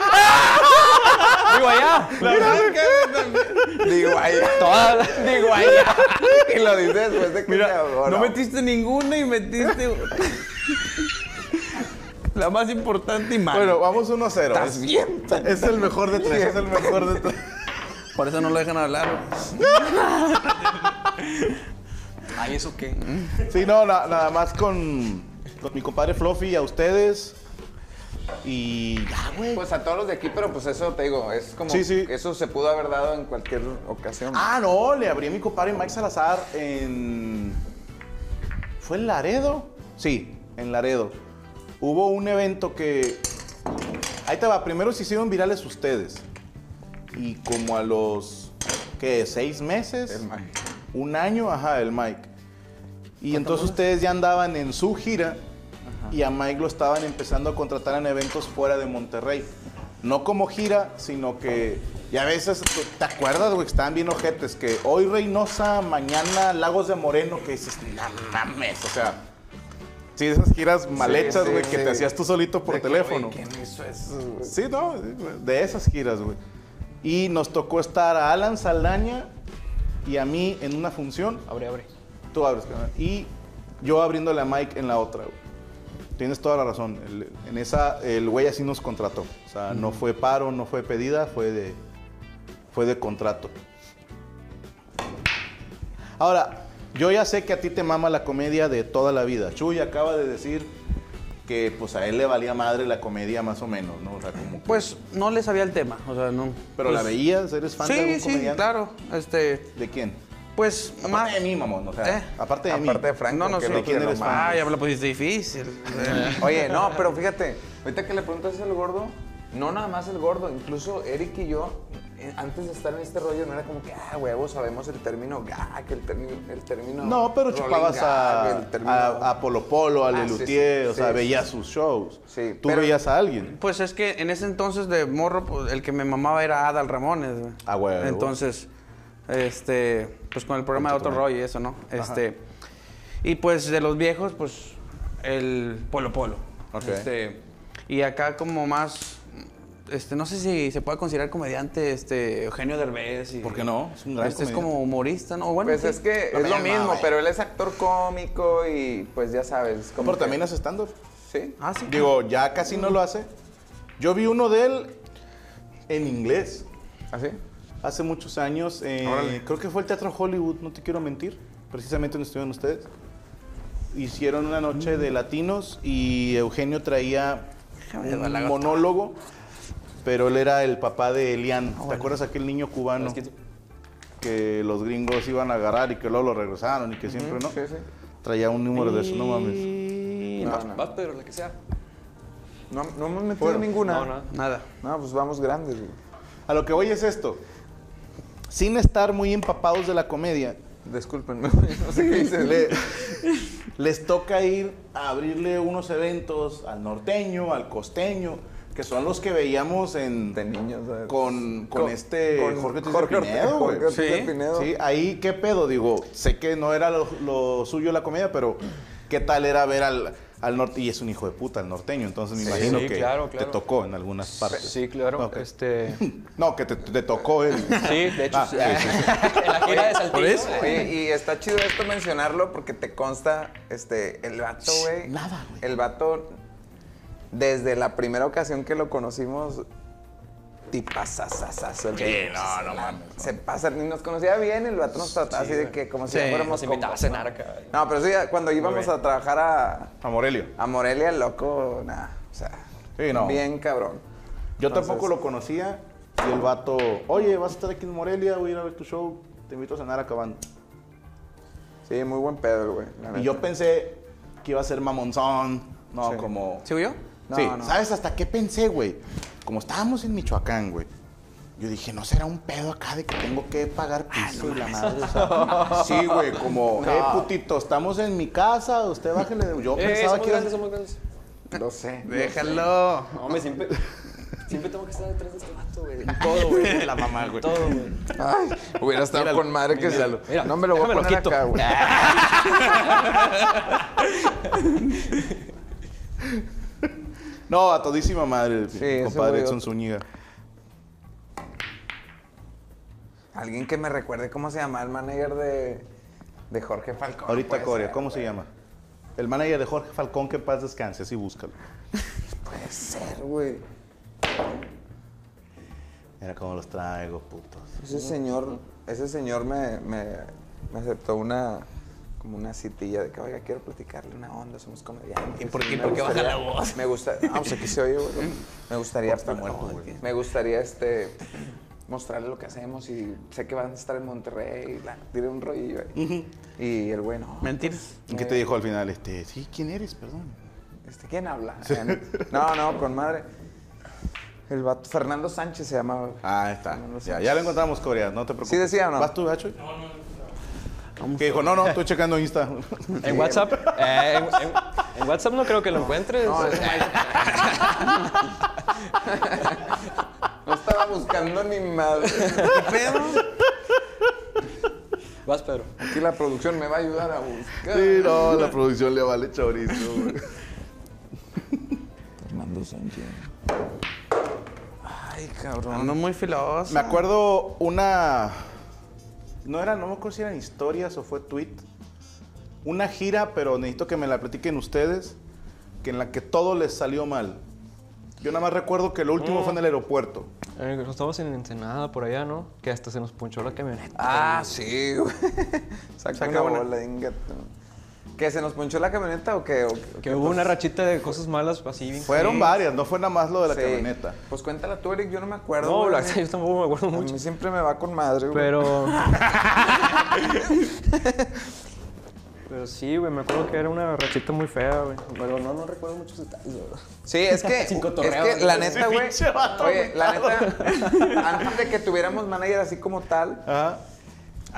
C: Digo allá.
B: Digo, ay,
C: Toda, digo allá.
B: y lo dices después de que te ahogó,
D: No metiste ninguna y metiste. la más importante y más.
A: Bueno, vamos 1-0.
B: Estás
A: Es-
B: bien.
A: Es el mejor de tres, es el mejor de tres.
D: Por eso no lo dejan hablar.
C: Ay, ¿eso qué?
A: Sí, no, na- nada más con, con mi compadre Fluffy, a ustedes. Y ya, Ah, güey.
B: Pues a todos los de aquí, pero pues eso te digo, es como
A: Sí, sí.
B: eso se pudo haber dado en cualquier ocasión.
A: Ah, no, le abrí a mi compadre Mike Salazar en. ¿Fue en Laredo? Sí, en Laredo. Hubo un evento que. Ahí te va, primero se hicieron virales ustedes. Y como a los. ¿Qué? ¿Seis meses?
B: El Mike.
A: Un año, ajá, el Mike. Y entonces ustedes ya andaban en su gira y a Mike lo estaban empezando a contratar en eventos fuera de Monterrey. No como gira, sino que. Y a veces, ¿te- ¿te acuerdas, güey? que Estaban bien ojetes, que hoy Reynosa, mañana Lagos de Moreno, que dices, no mames, o sea. Sí, esas giras mal
B: Sí,
A: hechas,
B: sí,
A: güey, que
B: sí.
A: te hacías tú solito por
B: De que,
A: teléfono.
B: "Oye, ¿Quién hizo eso? güey?"
A: Sí, no, de esas giras, güey. Y nos tocó estar a Alan Saldaña y a mí en una función.
C: Abre, abre.
A: Tú abres, carnal. Y yo abriéndole a Mike en la otra, güey. Tienes toda la razón. El- en esa, el güey así nos contrató. O sea, no fue paro, no fue pedida, fue de, fue de contrato. Ahora, yo ya sé que a ti te mama la comedia de toda la vida. Chuy acaba de decir que pues a él le valía madre la comedia más o menos, ¿no? O sea, como que-
E: Pues no le sabía el tema, o sea, no.
A: Pero la
E: Pues,
A: veías, eres fan de
E: Sí,
A: algún
E: sí,
A: comediante?
E: claro. Este,
A: ¿De quién?
E: pues
A: Aparte
E: más.
A: de mí, mamón. O sea,
E: ¿Eh?
A: aparte de mí.
B: Aparte de Franco,
E: No, no
B: que
E: sé.
A: ¿De quién
B: quiero
A: eres
B: más.
A: fan?
E: Ah, ya me lo pusiste difícil.
B: Oye, no, pero fíjate, ahorita que le preguntas al gordo, no nada más el gordo, incluso Eric y yo, eh, antes de estar en este rollo, no era como que, ah, huevo, sabemos el término gag, el término. El término
A: No, pero
B: rolling
A: chupabas a,
B: gag, el término-
A: a, a Polo Polo, a
B: Ah,
A: Lelutier,
B: sí, sí,
A: o sea,
B: sí,
A: veías
B: sí.
A: sus shows.
B: Sí,
A: Tú
B: pero-
A: veías a alguien.
E: Pues es que en ese entonces de morro, pues, el que me mamaba era Adal Ramones. güey.
A: Ah, huevo.
E: Entonces, este, pues con el programa de
A: Junto
E: Otro
A: con él.
E: Rollo y eso, ¿no? Este, y pues de los viejos, pues el Polo Polo.
A: Ok.
E: Este, y acá como más, este, no sé si se puede considerar comediante, este, Eugenio Derbez. Y,
A: ¿Por qué no? Es un gran
E: Este es
A: comediante.
E: como humorista, ¿no? Bueno,
B: Pues
E: sí.
B: es que
A: No me
B: es lo
A: llamaba,
B: mismo,
A: güey.
B: pero él es actor cómico y pues ya sabes. como
A: Pero
B: que-
A: también hace stand-up.
B: Sí.
E: Ah, sí.
A: Digo, ya casi no lo hace. Yo vi uno de él en inglés
B: ¿Así?
A: hace muchos años. eh, creo que fue el Teatro Hollywood, no te quiero mentir. Precisamente donde estuvieron ustedes. Hicieron una noche de latinos y Eugenio traía
E: Déjame llevar la
A: un
E: gata.
A: monólogo, pero él era el papá de Elian. ¿Te acuerdas aquel niño cubano?
C: Fresquito.
A: que los gringos iban a agarrar y que luego lo regresaron y que siempre no.
B: Sí, sí.
A: Traía un número de eso, no mames.
B: No, no.
C: Vas, Pedro, la que sea.
B: No, no hemos metido
A: Bueno,
B: ninguna.
C: no, nada.
E: Nada.
B: No, pues vamos grandes, güey.
A: A lo que voy es esto. Sin estar muy empapados de la comedia,
B: Discúlpenme, güey, no sé qué dices.
A: le- les toca ir a abrirle unos eventos al norteño, al costeño, que son los que veíamos en
B: De niños, ¿sabes?
A: con, con,
B: Con-
A: este
B: con
A: Jorge Ortiz de
B: Jorge Ortiz-
A: Pinedo, güey.
B: Jorge Ortiz de
A: Sí,
B: Pinedo.
A: sí, ahí qué pedo, digo, sé que no era lo, lo suyo la comedia, pero qué tal era ver al, al norte, y es un hijo de puta el norteño, entonces me
C: Sí,
A: imagino
C: sí,
A: que
C: claro,
A: te
C: claro.
A: tocó en algunas partes.
C: Sí, claro.
A: Ok.
C: Este.
A: No, que te, te tocó él.
C: Sí, de hecho,
A: Ah,
C: sí.
A: sí, sí,
C: en la gira de Saltillo.
E: por eso.
C: eh,
B: Oye, y está chido esto mencionarlo porque te consta, este, el vato, güey.
A: nada, güey.
B: El vato, desde la primera ocasión que lo conocimos, tipazazazazo. el
A: Sí,
B: Pedro,
A: no,
B: o sea,
A: no
B: la-
A: mames,
B: Se pasa, ni nos conocía bien, el vato nos trataba así de que como si
E: Sí,
B: ya fuéramos
C: Nos invitaba a
B: compas,
C: cenar
B: ¿no?
C: acá.
B: No, pero sí, ya cuando íbamos a trabajar a,
A: A Morelio.
B: a Morelia, el loco, nada, o sea,
A: Sí, no.
B: bien cabrón.
A: Yo
B: Entonces-
A: tampoco lo conocía y el vato, oye, vas a estar aquí en Morelia, voy a ir a ver tu show, te invito a cenar acabando.
B: Sí, muy buen pedo, güey. la
A: Y
B: neta.
A: yo pensé que iba a ser mamonzón, no
B: Sí.
A: como...
E: ¿Sí yo?
B: No,
A: sí,
B: no.
A: ¿sabes hasta qué pensé, güey? Como estábamos en Michoacán, güey. Yo dije, ¿no será un pedo acá de que tengo que pagar piso y la madre? o sea, sí, güey, como, eh, putito, estamos en mi casa, usted bájele. de-". Yo
C: Eh,
A: pensaba
C: somos
A: que...
C: grandes,
A: era-
C: somos grandes.
B: Lo sé.
E: Déjalo.
C: No, hombre, siempre, siempre tengo que estar detrás de este vato, güey. En todo, güey.
A: La mamá, güey.
C: Todo, güey.
B: Ay, hubiera estado con madre que se-
C: mira,
B: no me lo voy a
C: déjamelo
B: poner
C: quito.
B: acá, güey.
A: Ah. No, a todísima madre, el
B: Sí, ese
A: compadre
B: güey,
A: Edson
B: otro.
A: Zúñiga.
B: Alguien que me recuerde cómo se llama el manager de, de Jorge Falcón.
A: Ahorita
B: puede
A: Corea,
B: ser,
A: ¿cómo se
B: güey.
A: llama? El manager de Jorge Falcón, que en paz descanse, así búscalo.
B: Puede ser, güey.
A: Era como los traigo, putos.
B: Ese señor, ese señor me, me, me aceptó una como una citilla de que, oiga, quiero platicarle una onda, somos comediantes.
E: ¿Y por qué-
B: me
E: por qué baja
B: gustaría-
E: la voz?
B: Me gusta, ah, pues aquí se oye, güey. Me gustaría,
A: Está muerto, güey.
B: me gustaría, este, mostrarle lo que hacemos y sé que van a estar en Monterrey, y la, tiré un rollo ahí. Y el güey, no,
E: Mentiras.
A: ¿Y ¿Qué
B: Eh.
A: te dijo al final? Este, sí, ¿quién eres? Perdón.
B: Este, ¿Quién habla? No, no, con madre. El vato, Fernando Sánchez se llamaba. güey.
A: Ah, ahí está.
B: No lo sé.
A: Ya, ya lo encontramos, Corea, no te preocupes.
B: ¿Sí decía o no?
A: ¿Vas tú, Hacho? No, no, Que dijo, no, no, estoy checando Insta.
C: En WhatsApp, eh, en, en- en WhatsApp no creo que lo encuentres.
B: No, es No estaba buscando ni madre. ¿Qué pedo?
C: Vas, Pedro.
B: Aquí la producción me va a ayudar a buscar.
A: sí, no, la producción le vale chorizo, güey.
B: Fernando Sánchez. Ay, cabrón.
E: Ando muy filoso.
A: Me acuerdo una. No era, no me acuerdo si eran historias o fue tweet. Una gira, pero necesito que me la platiquen ustedes. Que en la que todo les salió mal. Yo nada más recuerdo que lo último fue en el
E: Mm.
A: aeropuerto.
C: Eh, estamos en Ensenada, por allá, ¿no? Que hasta se nos punchó la camioneta.
B: Ah, sí, güey. Saca,
A: Saca
B: una
A: una.
B: bola, inga tu- ¿Que se nos ponchó la camioneta o qué? ¿O qué? pues,
C: Que hubo una rachita de cosas malas así. bien-
A: Fueron
B: Sí.
A: varias, no fue nada más lo de la
B: Sí.
A: camioneta.
B: Pues cuéntala tú, Eric, yo no me acuerdo.
C: No,
B: güey.
C: la yo tampoco me acuerdo
B: A
C: mucho.
B: mí siempre me va con madre, güey.
C: Pero. Pero sí, güey, me acuerdo que era una rachita muy fea, güey. Pero no, no recuerdo muchos detalles, la verdad.
B: Sí, es que,
C: Sin cotorreo,
B: es que la
C: ¿no?
B: neta, güey.
A: Pinche vato
B: Oye, la neta, antes de que tuviéramos manager así como tal,
A: Ajá.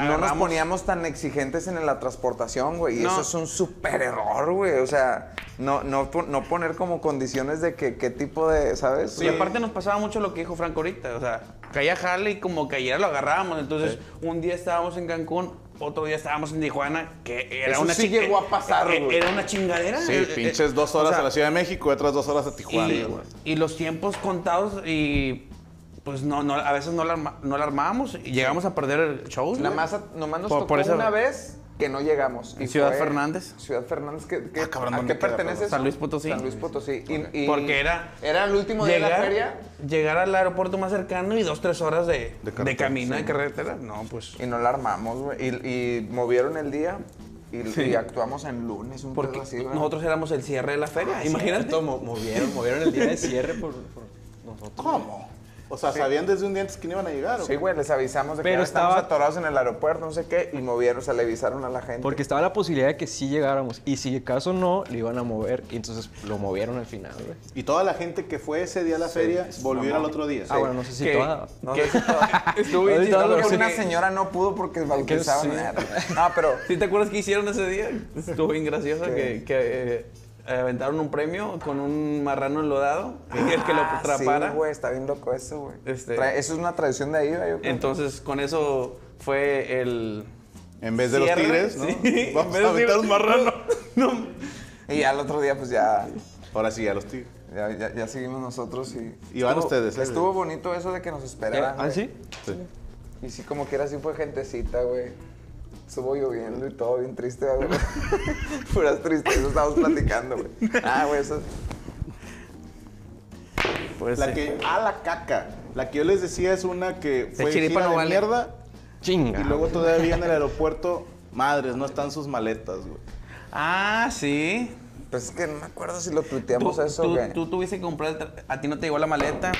B: no nos poníamos tan exigentes en la transportación, güey. Y
E: No.
B: eso es un súper error, güey. O sea, no, no, pon- no poner como condiciones de que qué tipo de, ¿sabes?
E: Y aparte nos pasaba mucho lo que dijo Franco ahorita, o sea, caía jale y como que ayer lo agarrábamos, entonces un día estábamos en Cancún, otro día estábamos en Tijuana, que era
B: Eso
E: una
B: sí
E: chi-
B: llegó a pasar,
E: e-
B: güey.
E: Era una chingadera.
A: Sí,
E: Eh,
A: pinches
E: eh,
A: dos
E: o
A: horas
E: sea,
A: a la Ciudad de México, otras dos horas a Tijuana.
E: y,
A: güey.
E: y los tiempos contados y pues no, no a veces no la, arma- no la armábamos y llegamos a perder shows.
B: Nada
E: güey.
B: más, nomás nos
E: Por-
B: tocó
E: por eso-
B: una vez que no llegamos.
E: ¿En Ciudad Fernández?
B: Ciudad Fernández, que,
A: Ah, cabrón,
B: ¿a
A: ¿dónde
B: qué
A: queda,
B: perteneces?
A: perdón?
E: San Luis Potosí.
B: San Luis Potosí. Y- y-
E: Porque era-
B: Era el último día de la feria
E: llegar al aeropuerto más cercano y dos, tres horas de,
A: De
E: de,
A: carretera,
E: camino, de carretera. No, pues.
B: Y no la armamos, güey. Y, y movieron el día y, y actuamos en lunes, un
E: Porque
B: pedo así, güey.
E: nosotros éramos el cierre de la
A: Ah,
E: feria. Imagínate.
C: Todo mo- movieron, movieron el día de cierre por, por nosotros.
A: ¿Cómo? O sea, ¿sabían desde un día antes que no iban a llegar? o
B: Sí,
A: qué?
B: güey, les avisamos de
C: Pero
B: que estamos
C: estaba-
B: atorados en el aeropuerto, no sé qué, y movieron, o sea, le avisaron a la gente.
C: Porque estaba la posibilidad de que sí llegáramos. Y si acaso no, lo iban a mover. Y entonces lo movieron al final, güey.
A: Y toda la gente que fue ese día a la feria volvió al otro día.
C: Ah, bueno, no sé si
E: Que-
C: toda.
B: No sé si estaba- Oye,
E: Estuvo bien
C: Ahorita
E: chistoso
B: creo que
C: sí.
B: una señora no pudo porque bautizaban.
C: sí.
B: No, pero
E: ¿Sí te acuerdas qué hicieron ese día? Estuvo bien gracioso que, que, eh, aventaron un premio con un marrano enlodado y el que lo
B: Ah,
E: atrapara.
B: Sí, güey, está bien loco eso, güey.
E: Este-
B: Tra- Eso es una tradición de ahí, güey. yo creo.
E: Entonces, con eso fue el.
A: En vez de los
E: cierre,
A: tigres, ¿no?
E: sí.
A: Vamos
E: En vez de
A: a aventar
E: tigres.
A: un marrano.
E: No.
B: Y ya el otro día, pues ya,
A: Ahora sí, a los tigres.
B: ya, ya- ya seguimos nosotros y.
A: Y van
B: Estuvo-
A: ustedes, ¿eh?
B: Estuvo bonito eso de que nos esperaran.
C: ¿Ah,
B: güey.
C: sí?
A: Sí.
B: Y sí, como quiera, sí fue gentecita, güey. Estuvo lloviendo y todo bien triste, güey. Puras tristezas estábamos platicando, güey. Ah, güey, eso.
E: Pues
A: la
E: sí.
A: que a la caca. La que yo les decía es una que fue
E: chiripa
A: gira
E: no
A: de
E: vale.
A: mierda
C: Chinga.
A: y luego todavía en el aeropuerto, madres, no están sus maletas, güey.
E: Ah, sí.
B: Pues es que no me acuerdo si lo
E: Tú,
B: tuiteamos eso,
E: tú-
B: güey.
E: tú tuviste que comprar, el tra- a ti no te llegó la maleta,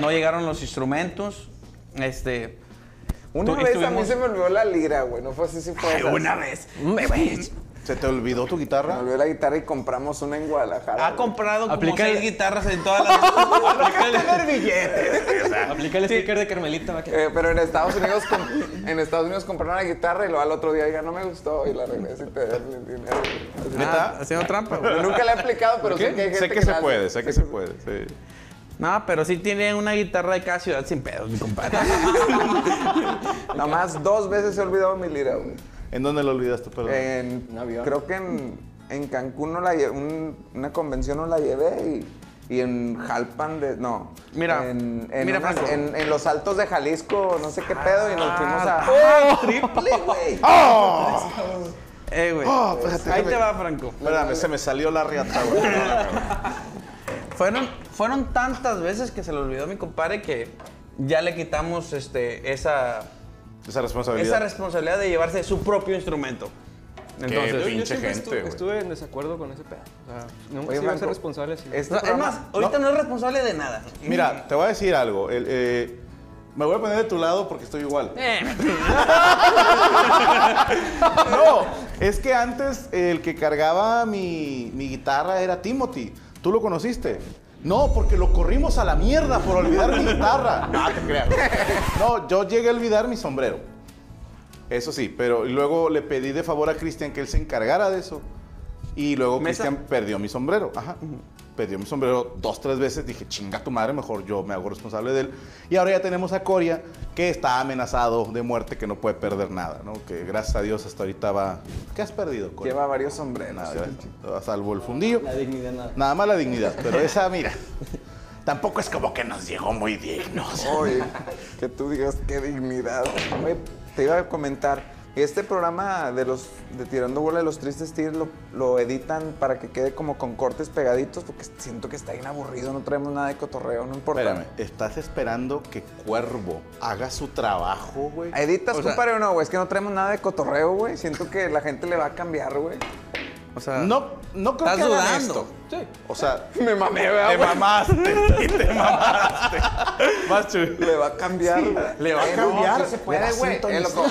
E: no llegaron los instrumentos, este...
B: Una
E: tú-
B: vez a mí
E: estuvimos-
B: se me olvidó la lira, güey. No fue así, sí fue.
E: Ay,
B: esas.
E: una vez.
A: ¿Se te olvidó tu
B: Se me
A: guitarra?
B: olvidó la guitarra y compramos una en Guadalajara.
E: Ha
B: güey.
E: comprado como
C: Aplica el-
E: seis guitarras en todas las...
C: Aplica el sticker de Carmelita. va que-
B: Eh, pero en Estados Unidos comp- en Estados Unidos compraron la guitarra y luego al otro día diga no me gustó y la regresé y te dan el dinero. Así.
E: Ah, haciendo trampa. güey.
B: Yo nunca la he aplicado, pero sé que hay gente
A: Sé que
B: que
A: se
B: la hace.
A: puede, sé que se puede, sí.
E: No, pero sí tiene una guitarra de cada ciudad sin pedos, mi compadre.
B: Nomás dos veces he olvidado mi lira, güey.
A: ¿En dónde lo olvidaste, perdón?
B: En,
C: Un avión.
B: Creo que en, en Cancún no la lle- un- una convención no la llevé y, y en Jalpan de. No.
E: Mira,
B: En, en
E: mira, Franco.
B: en, en los altos de Jalisco, no sé qué pedo, y nos fuimos a.
E: ¡Ah, triple, güey!
A: ¡Oh!
E: Eh, güey.
A: ¡Oh! Espérate,
E: Ahí
A: déjame-
E: te va, Franco.
A: Espérame, se me salió la riata, güey.
E: Fueron, fueron tantas veces que se le olvidó a mi compadre que ya le quitamos este, esa,
A: Esa
E: esa
A: responsabilidad.
E: responsabilidad de llevarse su propio instrumento.
A: Qué
E: Entonces,
A: pinche
F: siempre
A: gente,
F: estuve,
A: güey.
F: estuve en desacuerdo con ese pedo. O sea, nunca
B: Oye,
F: se iba a
B: Franco,
F: ser responsable así.
B: este
E: no, es
B: programa-
E: más, ahorita no. es responsable de nada.
A: Mira, te voy a decir algo. el, eh, me voy a poner de tu lado porque estoy igual.
E: Eh.
A: no, es que antes el que cargaba mi, mi guitarra era Timothy. ¿Tú lo conociste? No, porque lo corrimos a la mierda por olvidar mi guitarra. No, te creas. No, yo llegué a olvidar mi sombrero. Eso sí, pero luego le pedí de favor a Cristian que él se encargara de eso. Y luego
E: Mesa.
A: Cristian perdió mi sombrero. Ajá. Perdió mi sombrero dos, tres veces. Dije, chinga tu madre, mejor yo me hago responsable de él. Y ahora ya tenemos a Coria, que está amenazado de muerte, que no puede perder nada, ¿no? Que gracias a Dios hasta ahorita va. ¿Qué has perdido, Coria?
B: Lleva varios sombreros.
A: Nada, gracias. A salvo el fundillo.
C: La dignidad nada.
A: Nada más la dignidad. Pero esa, mira. Tampoco es como que nos llegó muy dignos.
B: Oye, que tú digas qué dignidad. Oye, te iba a comentar, este programa de los de Tirando Bola de los Tristes Tigres lo, lo editan para que quede como con cortes pegaditos porque siento que está bien aburrido, no traemos nada de cotorreo, no importa.
A: Espérame, ¿estás esperando que Cuervo haga su trabajo, güey?
B: ¿Editas,
E: O sea-
B: compadre, o no, güey? Es que no traemos nada de cotorreo, güey. Siento que la gente le va a cambiar, güey.
E: O sea,
A: No, no creo que
E: estás
A: hagan
E: dudando.
A: esto. O sea,
B: Me mamé,
A: te
B: ¿verdad, güey?
A: mamaste. y te mamaste. Vas, Chuy.
B: Le va a cambiar, güey.
A: le va a
B: Eh,
A: cambiar,
B: No, sí se
A: le va
B: puede,
A: a
B: güey. Eh,
A: sintonizar.
B: loco,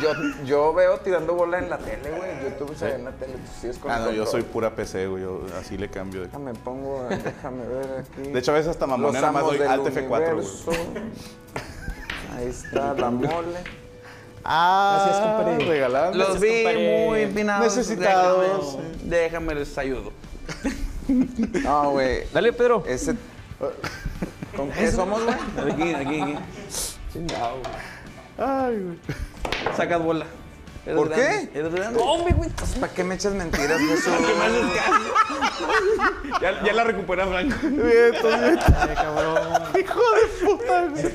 B: yo, yo veo tirando bola en la tele, güey. En YouTube se ve en la tele. Tú sigues con
A: Ah,
B: el
A: no, yo
B: control.
A: soy pura PC, güey. Yo así le cambio. de-
B: Déjame pongo, déjame ver aquí.
A: De hecho, a veces hasta mamoneo
B: Los
A: nada más
B: amos
A: doy
B: del
A: Alt F4, güey.
B: universo. Ahí está la mole.
A: Ah,
F: Gracias, compadre.
A: regalando.
E: Los vi
F: compadre.
E: muy empinados.
A: Necesitados,
E: Déjame, déjame, les ayudo.
B: No, güey.
F: Dale, Pedro.
B: Ese. ¿Con qué somos, güey?
E: Aquí, aquí, aquí.
A: Ay, güey.
E: Sacas bola. Eres
B: ¿Por
E: grande,
B: qué?
E: Eres grande.
B: ¿Para qué me echas mentiras, Jesús?
E: Ya, ya la recupera Franco.
A: Vientos, vientos.
F: Ay, cabrón.
A: Hijo de puta, güey.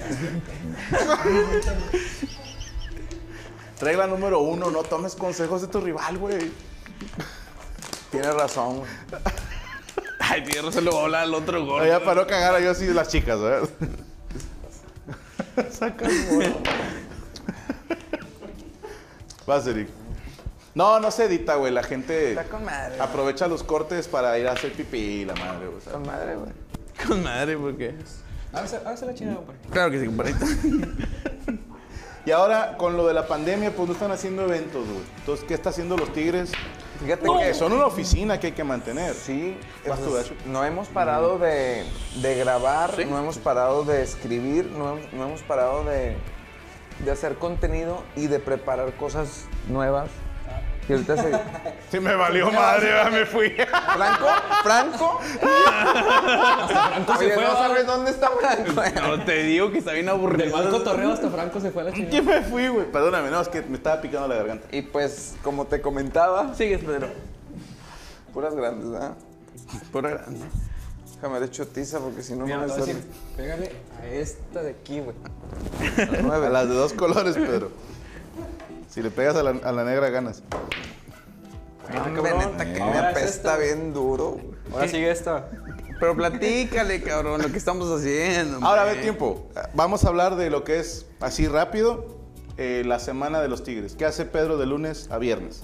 A: Regla número uno, no tomes consejos de tu rival, güey.
B: Tienes razón, güey.
E: Ay, Pedro se lo va a hablar al otro gol.
A: Ya para no cagar a yo así de las chicas, ¿verdad? Saca el bolo. Vas, Eric. No, no se edita, güey. La gente
B: Está con madre. güey.
A: aprovecha los cortes para ir a hacer pipí y la madre, güey. o sea.
B: Con madre, güey.
E: Con madre, ¿por qué?
F: Hágase hágase la chingada, compadre.
E: Claro que sí, compadre.
A: Y ahora, con lo de la pandemia, pues no están haciendo eventos, güey. Entonces, ¿qué está haciendo los Tigres?
B: Fíjate
A: Porque
B: que.
A: son una oficina que hay que mantener.
B: Sí,
A: Vas tú,
B: es-
A: Dacho.
B: no hemos parado de, de grabar, no hemos parado de escribir, no, hem- no hemos parado de, de hacer contenido y de preparar cosas nuevas. Y ahorita se...
A: Sí, me valió madre, ¿verdad? me fui.
B: ¿Franco? ¿Franco? Oye, no sabes dónde está Franco.
E: No, te digo que está bien
F: Del mal
E: aburrido.
F: cotorreo hasta Franco se fue a la
A: Yo
F: chingada.
A: me fui, güey. Perdóname, no, es que me estaba picando la garganta.
B: Y pues, como te comentaba,
E: Sigues, Pedro.
B: puras grandes, ¿verdad?
E: Pura grande.
B: Déjame de hecho tiza porque si no me
F: Mira,
B: van
F: te
B: a
F: voy a
B: hacer
F: decir, pégale a esta de aquí, güey.
A: A las de dos colores, Pedro. Si le pegas a la, a la negra, ganas.
B: Hombre, neta, que me
F: Ahora es
B: apesta
F: esto.
B: bien duro. güey.
F: Ahora sigue esta.
E: Pero platícale, cabrón, lo que estamos haciendo.
A: Ahora, a
E: hombre.
A: ver, tiempo. Vamos a hablar de lo que es, así rápido, eh, la semana de los Tigres. ¿Qué hace Pedro de lunes a viernes?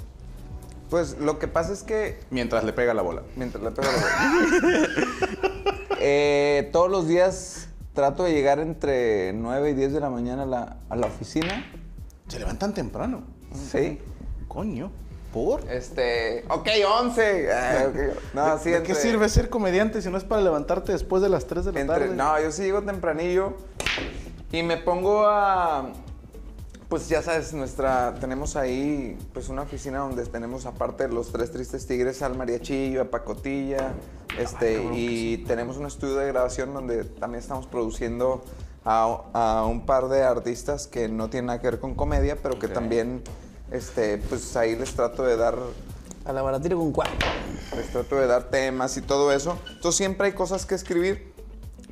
B: Pues lo que pasa es que
A: Mientras le pega la bola.
B: Mientras la pego la bola. Eh, todos los días trato de llegar entre 9 y 10 de la mañana a la, a la oficina.
A: Se levantan temprano.
B: Sí.
A: Coño. ¿Por?
B: Este. Ok, 11. Ah, ok. No, sí,
A: ¿De
B: entre-
A: qué sirve ser comediante si no es para levantarte después de las 3 de la
B: entre-
A: tarde? Ah,
B: no, yo sí llego tempranillo y me pongo a. Pues ya sabes, nuestra. Tenemos ahí pues una oficina donde tenemos, aparte de los tres tristes tigres, al mariachillo, a Pacotilla. Este, y tenemos un estudio de grabación donde también estamos produciendo a, a un par de artistas que no tienen nada que ver con comedia, pero que también, este, pues ahí les trato de dar
E: A la baratira con cuatro.
B: les trato de dar temas y todo eso. Entonces siempre hay cosas que escribir.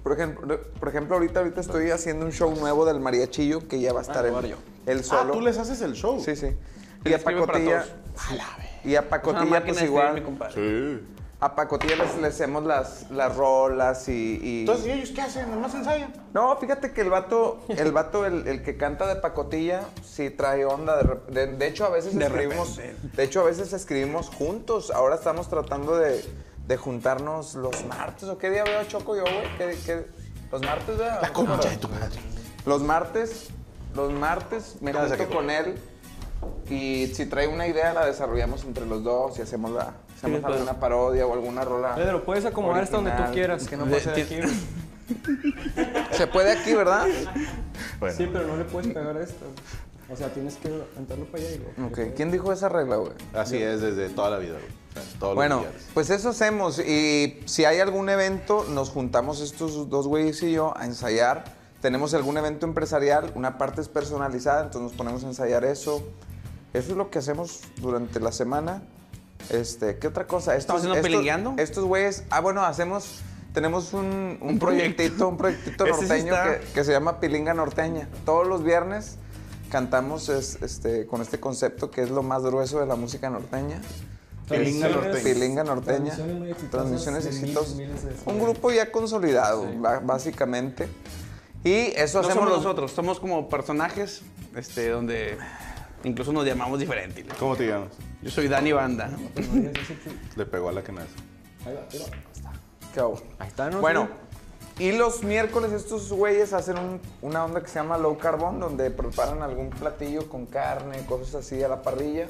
B: Por ejemplo, por ejemplo ahorita, ahorita estoy haciendo un show nuevo del mariachillo que
E: Ah,
B: ya va a estar
C: lo voy a
B: el,
C: dar
B: el
A: Ah,
B: solo.
A: tú les haces el show.
B: Sí, sí.
E: Él
B: Y a
E: escribe para
B: Pacotilla.
E: todos.
B: Y a
E: Una
B: Pacotilla,
E: máquina
B: pues
E: de escribir, mi
B: igual.
E: compadre.
A: Sí.
B: A Pacotilla les, le hacemos las, las rolas y. y-
A: Entonces, ¿y ellos qué hacen? ¿Nomás ensayan?
B: No, fíjate que el vato, el vato, el, el que canta de pacotilla, sí trae onda. De, rep- de- de hecho, a veces escribimos. De hecho, a veces escribimos juntos. Ahora estamos tratando de, de juntarnos los martes. ¿O qué día veo a Choco yo, güey? ¿Qué- qué- los martes, ¿verdad?
A: La concha de tu madre.
B: Los martes, los martes me
A: Ya sé
B: junto
A: que-
B: con él. Y si trae una idea, la desarrollamos entre los dos y hacemos la. Hacemos
F: claro.
B: alguna parodia o alguna rola.
F: Pedro, puedes acomodar hasta donde tú
B: original.
F: quieras. Que no puede ser aquí. güey.
B: Se puede aquí, ¿verdad?
A: Bueno.
F: Sí, pero no le puedes pegar esto. O sea, tienes que aventarlo para allá y luego.
B: Ok, ¿quién dijo esa regla, güey?
A: Así es desde toda la vida, güey. Todos
B: Bueno,
A: los días.
B: pues eso hacemos. Y si hay algún evento, nos juntamos estos dos güeyes y yo a ensayar. Tenemos algún evento empresarial, una parte es personalizada, entonces nos ponemos a ensayar eso. Eso es lo que hacemos durante la semana. Este, ¿qué otra cosa?
E: ¿Estamos haciendo pilingueando?
B: Estos güeyes, ah, bueno, hacemos, tenemos un, un
E: Un proyecto.
B: proyectito, un proyectito
E: Ese sí
B: norteño
E: está.
B: que, que se llama Pilinga Norteña. Todos los viernes cantamos es- este, con este concepto que es lo más grueso de la música norteña.
A: Pilinga norteña.
B: Este, Pilinga norteña.
F: Transmisiones muy exitosas
B: Transmisiones
F: de miles y
B: exitosas.
F: miles de escuelas.
B: Un grupo ya consolidado, ba- básicamente. Y eso
E: No
B: hacemos
E: somos
B: los-
E: nosotros, somos como personajes, este, donde incluso nos llamamos diferente.
A: ¿Cómo te llamas?
E: Yo soy Dani Banda.
F: No, ya sé que-
A: Le pegó a la canasta.
F: Ahí va, ahí va.
B: ¿Qué hago?
F: Ahí está, Ah, ¿no?
B: Bueno, y los miércoles estos güeyes hacen un- una onda que se llama low carbón, donde preparan algún platillo con carne, cosas así a la parrilla.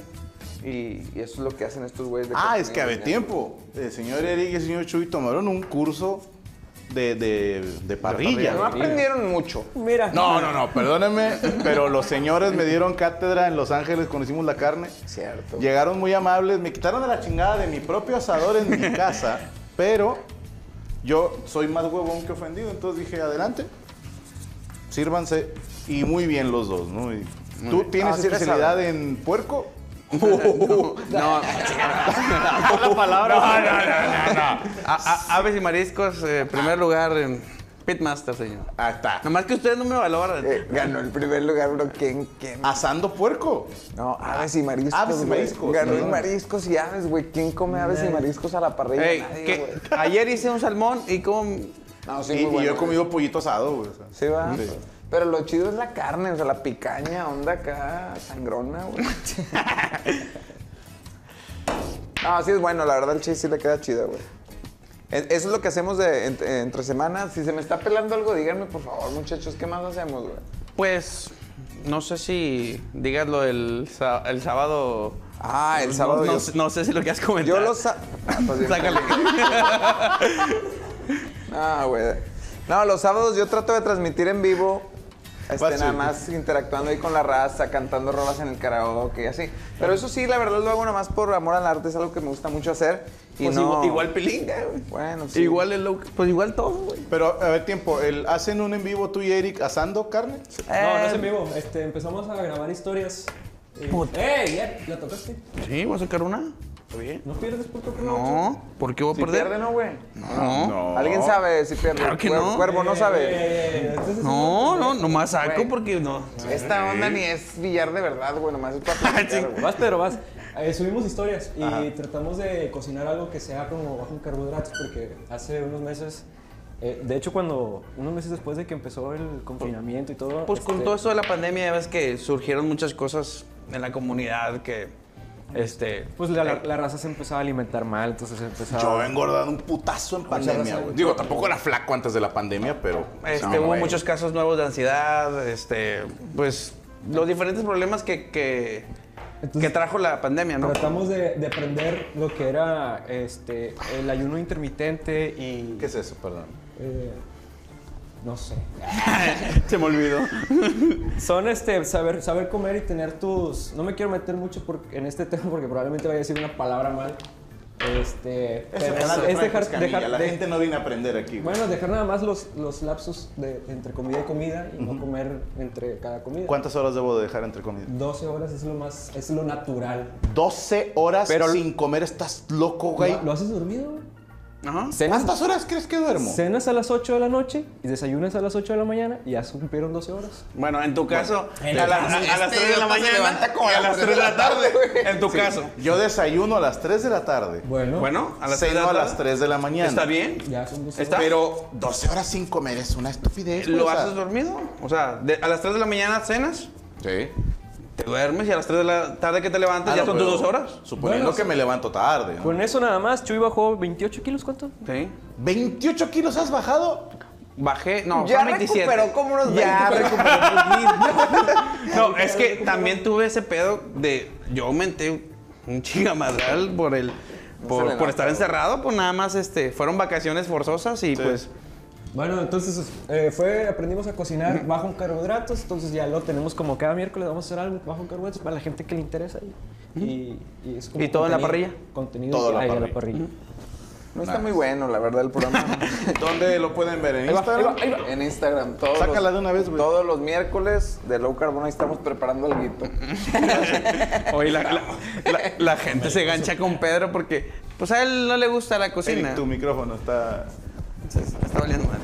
B: Y, y eso es lo que hacen estos güeyes. de
A: Ah, es que a
B: Cochinilla.
A: ver, tiempo. El señor Eric y el señor Chuy tomaron un curso de, de, de parrilla.
B: No aprendieron mucho.
F: Mira.
A: No, no, no, perdónenme, pero los señores me dieron cátedra en Los Ángeles cuando hicimos la carne.
B: Cierto.
A: Llegaron muy amables, me quitaron a la chingada de mi propio asador en mi casa, pero yo soy más huevón que ofendido, entonces dije, adelante, sírvanse. Y muy bien los dos, ¿no? Y ¿Tú tienes
B: Así le
A: especialidad en puerco?
E: No,
A: La palabra.
E: A- a- aves y mariscos, eh, primer lugar, en Pitmaster, señor.
A: Ah, está.
E: Nomás que ustedes no me valoran.
B: Eh, ganó el primer lugar, bro. ¿Quién? quién?
A: Asando puerco.
B: No, aves y mariscos.
A: Ah, Aves y
B: güey.
A: mariscos,
B: Ganó el
A: perdón.
B: mariscos y aves, güey. ¿Quién come aves y mariscos a la parrilla?
E: Ey,
B: Nadie,
E: que-
B: güey.
E: ayer hice un salmón y con...
B: No, sí,
A: Y,
B: muy
A: y
B: bueno,
A: yo he
B: güey.
A: comido pollito asado, güey. o sea.
B: Sí, va.
A: Sí.
B: Pero lo chido es la carne, o sea, la picaña, onda acá, sangrona, güey. no, sí es bueno, la verdad el chiste sí le queda chido, güey. E- Eso es lo que hacemos de ent- entre, semanas. Si se me está pelando algo, díganme, por favor, muchachos, ¿qué más hacemos, güey?
E: Pues, no sé si digas lo del sa- el sábado...
B: Ah, el sábado.
E: No,
B: yo-
E: sé- no sé si lo quieras comentar.
B: Yo lo sa... Ah, pues bien.
E: Sácale.
B: Ah, güey. No, los sábados yo trato de transmitir en vivo. Este,
A: Vas,
B: nada
A: sí.
B: más interactuando ahí con la raza, cantando rolas en el karaoke y así. Pero eso sí, la verdad lo hago nada más por amor al arte, es algo que me gusta mucho hacer. Y
E: Pues
B: no-
E: igual, igual pilinga, güey.
B: Bueno, sí.
E: Igual el low- Pues igual todo, güey.
A: Pero, a ver, tiempo, el- ¿hacen un en vivo tú y Eric asando carne?
F: No, no es en vivo. Este, empezamos a grabar historias. Eh, ¡Ey! Ya, ¿La tocaste?
E: Sí, voy a sacar una. ¿Está bien?
F: ¿No pierdes por tocar?
E: No, ¿por qué voy a
B: Si
E: perder?
B: pierde, no, güey.
E: No. no.
B: ¿Alguien sabe si pierde?
E: Claro que
B: Cuer-
E: no.
B: Cuervo no sabe.
F: Eh,
E: No, no, nomás saco
B: Güey.
E: porque no.
B: Esta onda ni es billar de verdad, güey, nomás es para platicar, güey.
F: Vas, Pedro, vas. Eh, subimos historias y tratamos de cocinar algo que sea como bajo en carbohidratos porque hace unos meses, eh, de hecho cuando, unos meses después de que empezó el confinamiento y todo...
E: Pues con
F: este,
E: todo esto de la pandemia, ya ves que surgieron muchas cosas en la comunidad que. Este.
F: Pues la, la- la raza se empezaba a alimentar mal, entonces se empezaba...
A: Yo he engordado un putazo en pandemia,
F: razón.
A: güey. Digo, tampoco era flaco antes de la pandemia, pero.
E: Este,
A: no,
E: hubo
A: güey.
E: muchos casos nuevos de ansiedad, este, pues los diferentes problemas que, que,
F: Entonces-
E: que trajo la pandemia, ¿no?
F: Tratamos de, de aprender lo que era este, el ayuno intermitente y...
A: ¿Qué es eso? Perdón.
F: eh, no sé.
E: Se me olvidó.
F: Son este, saber, saber comer y tener tus... No me quiero meter mucho por- en este tema porque probablemente vaya a decir una palabra mal. Este, pero es,
A: canal de
F: es
A: Franco
F: dejar,
A: Escamilla,
F: dejar-
A: la
F: de-
A: gente no viene a aprender aquí. güey.
F: Bueno, dejar nada más los, los lapsos de, entre comida y comida y no comer entre cada comida.
A: ¿Cuántas horas debo de dejar entre comidas?
F: 12 horas es lo más, es lo natural.
A: 12 horas
F: Pero-
A: sin comer, estás loco, güey.
F: ¿Lo, lo haces dormido? güey?
E: Ajá.
F: Cenas,
A: ¿Cuántas horas crees que duermo?
F: cenas a las 8 de la noche y desayunas a las 8 de la mañana y ya cumplieron 12 horas.
E: Bueno, en tu caso,
B: En
E: a,
B: el
E: la-
B: caso,
E: a- a las
B: este
E: 3 de la
B: idiota se
E: mañana
B: levanta como
E: y a
B: a
E: las
B: las
E: 3 de la tarde, en tu caso.
A: Yo desayuno a las 3 de la tarde.
F: Bueno,
E: Bueno, a las 3 de
A: Ceno
E: la
A: a
E: tarde.
A: las 3 de la mañana.
E: ¿Está bien?
F: ya son 12
E: Está-
F: horas.
A: Pero 12 horas sin comer es una estupidez. güey,
E: ¿Lo
A: o sea.
E: haces dormido? O sea, de- a las 3 de la mañana cenas,
A: Sí.
E: te duermes y a las 3 de la tarde que te levantas
A: Ah,
E: ya
A: no,
E: son tus
A: pero
E: 2 horas.
A: Suponiendo
F: Bueno,
A: que me levanto tarde. ¿no?
F: Con eso nada más, Chuy bajó 28 kilos, ¿cuánto?
E: Sí.
A: 28 kilos has bajado.
E: Bajé, no,
B: Ya
E: son 27.
B: recuperó como unos 20.
E: Ya
B: pero-
E: No, es que también tuve ese pedo de. Yo aumenté un chigamadral por el. Por, por estar encerrado, pues nada más este, fueron vacaciones forzosas y pues.
F: Bueno, entonces eh, fue, aprendimos a cocinar bajo en carbohidratos, entonces ya lo tenemos como cada miércoles, vamos a hacer algo bajo en carbohidratos para la gente que le interesa. Y, y, y es como
E: ¿Y todo en la
F: contenido-
E: parrilla?
F: Contenido
A: Todo en la
F: ahí a la
A: parrilla.
F: parrilla.
B: No está muy bueno, la verdad, el programa.
A: ¿Dónde lo pueden ver? ¿En
F: Ahí va, ahí
A: Instagram?
F: va, ahí va.
B: En Instagram, todos
A: Sácala
B: los,
A: de una vez, güey.
B: Todos los miércoles de Low Carbon ahí estamos preparando algo.
E: Oye, la, la- la- la gente se gancha con Pedro porque. Pues a él no le gusta la cocina.
A: Eric, tu micrófono está.
E: Se- se está valiendo madre.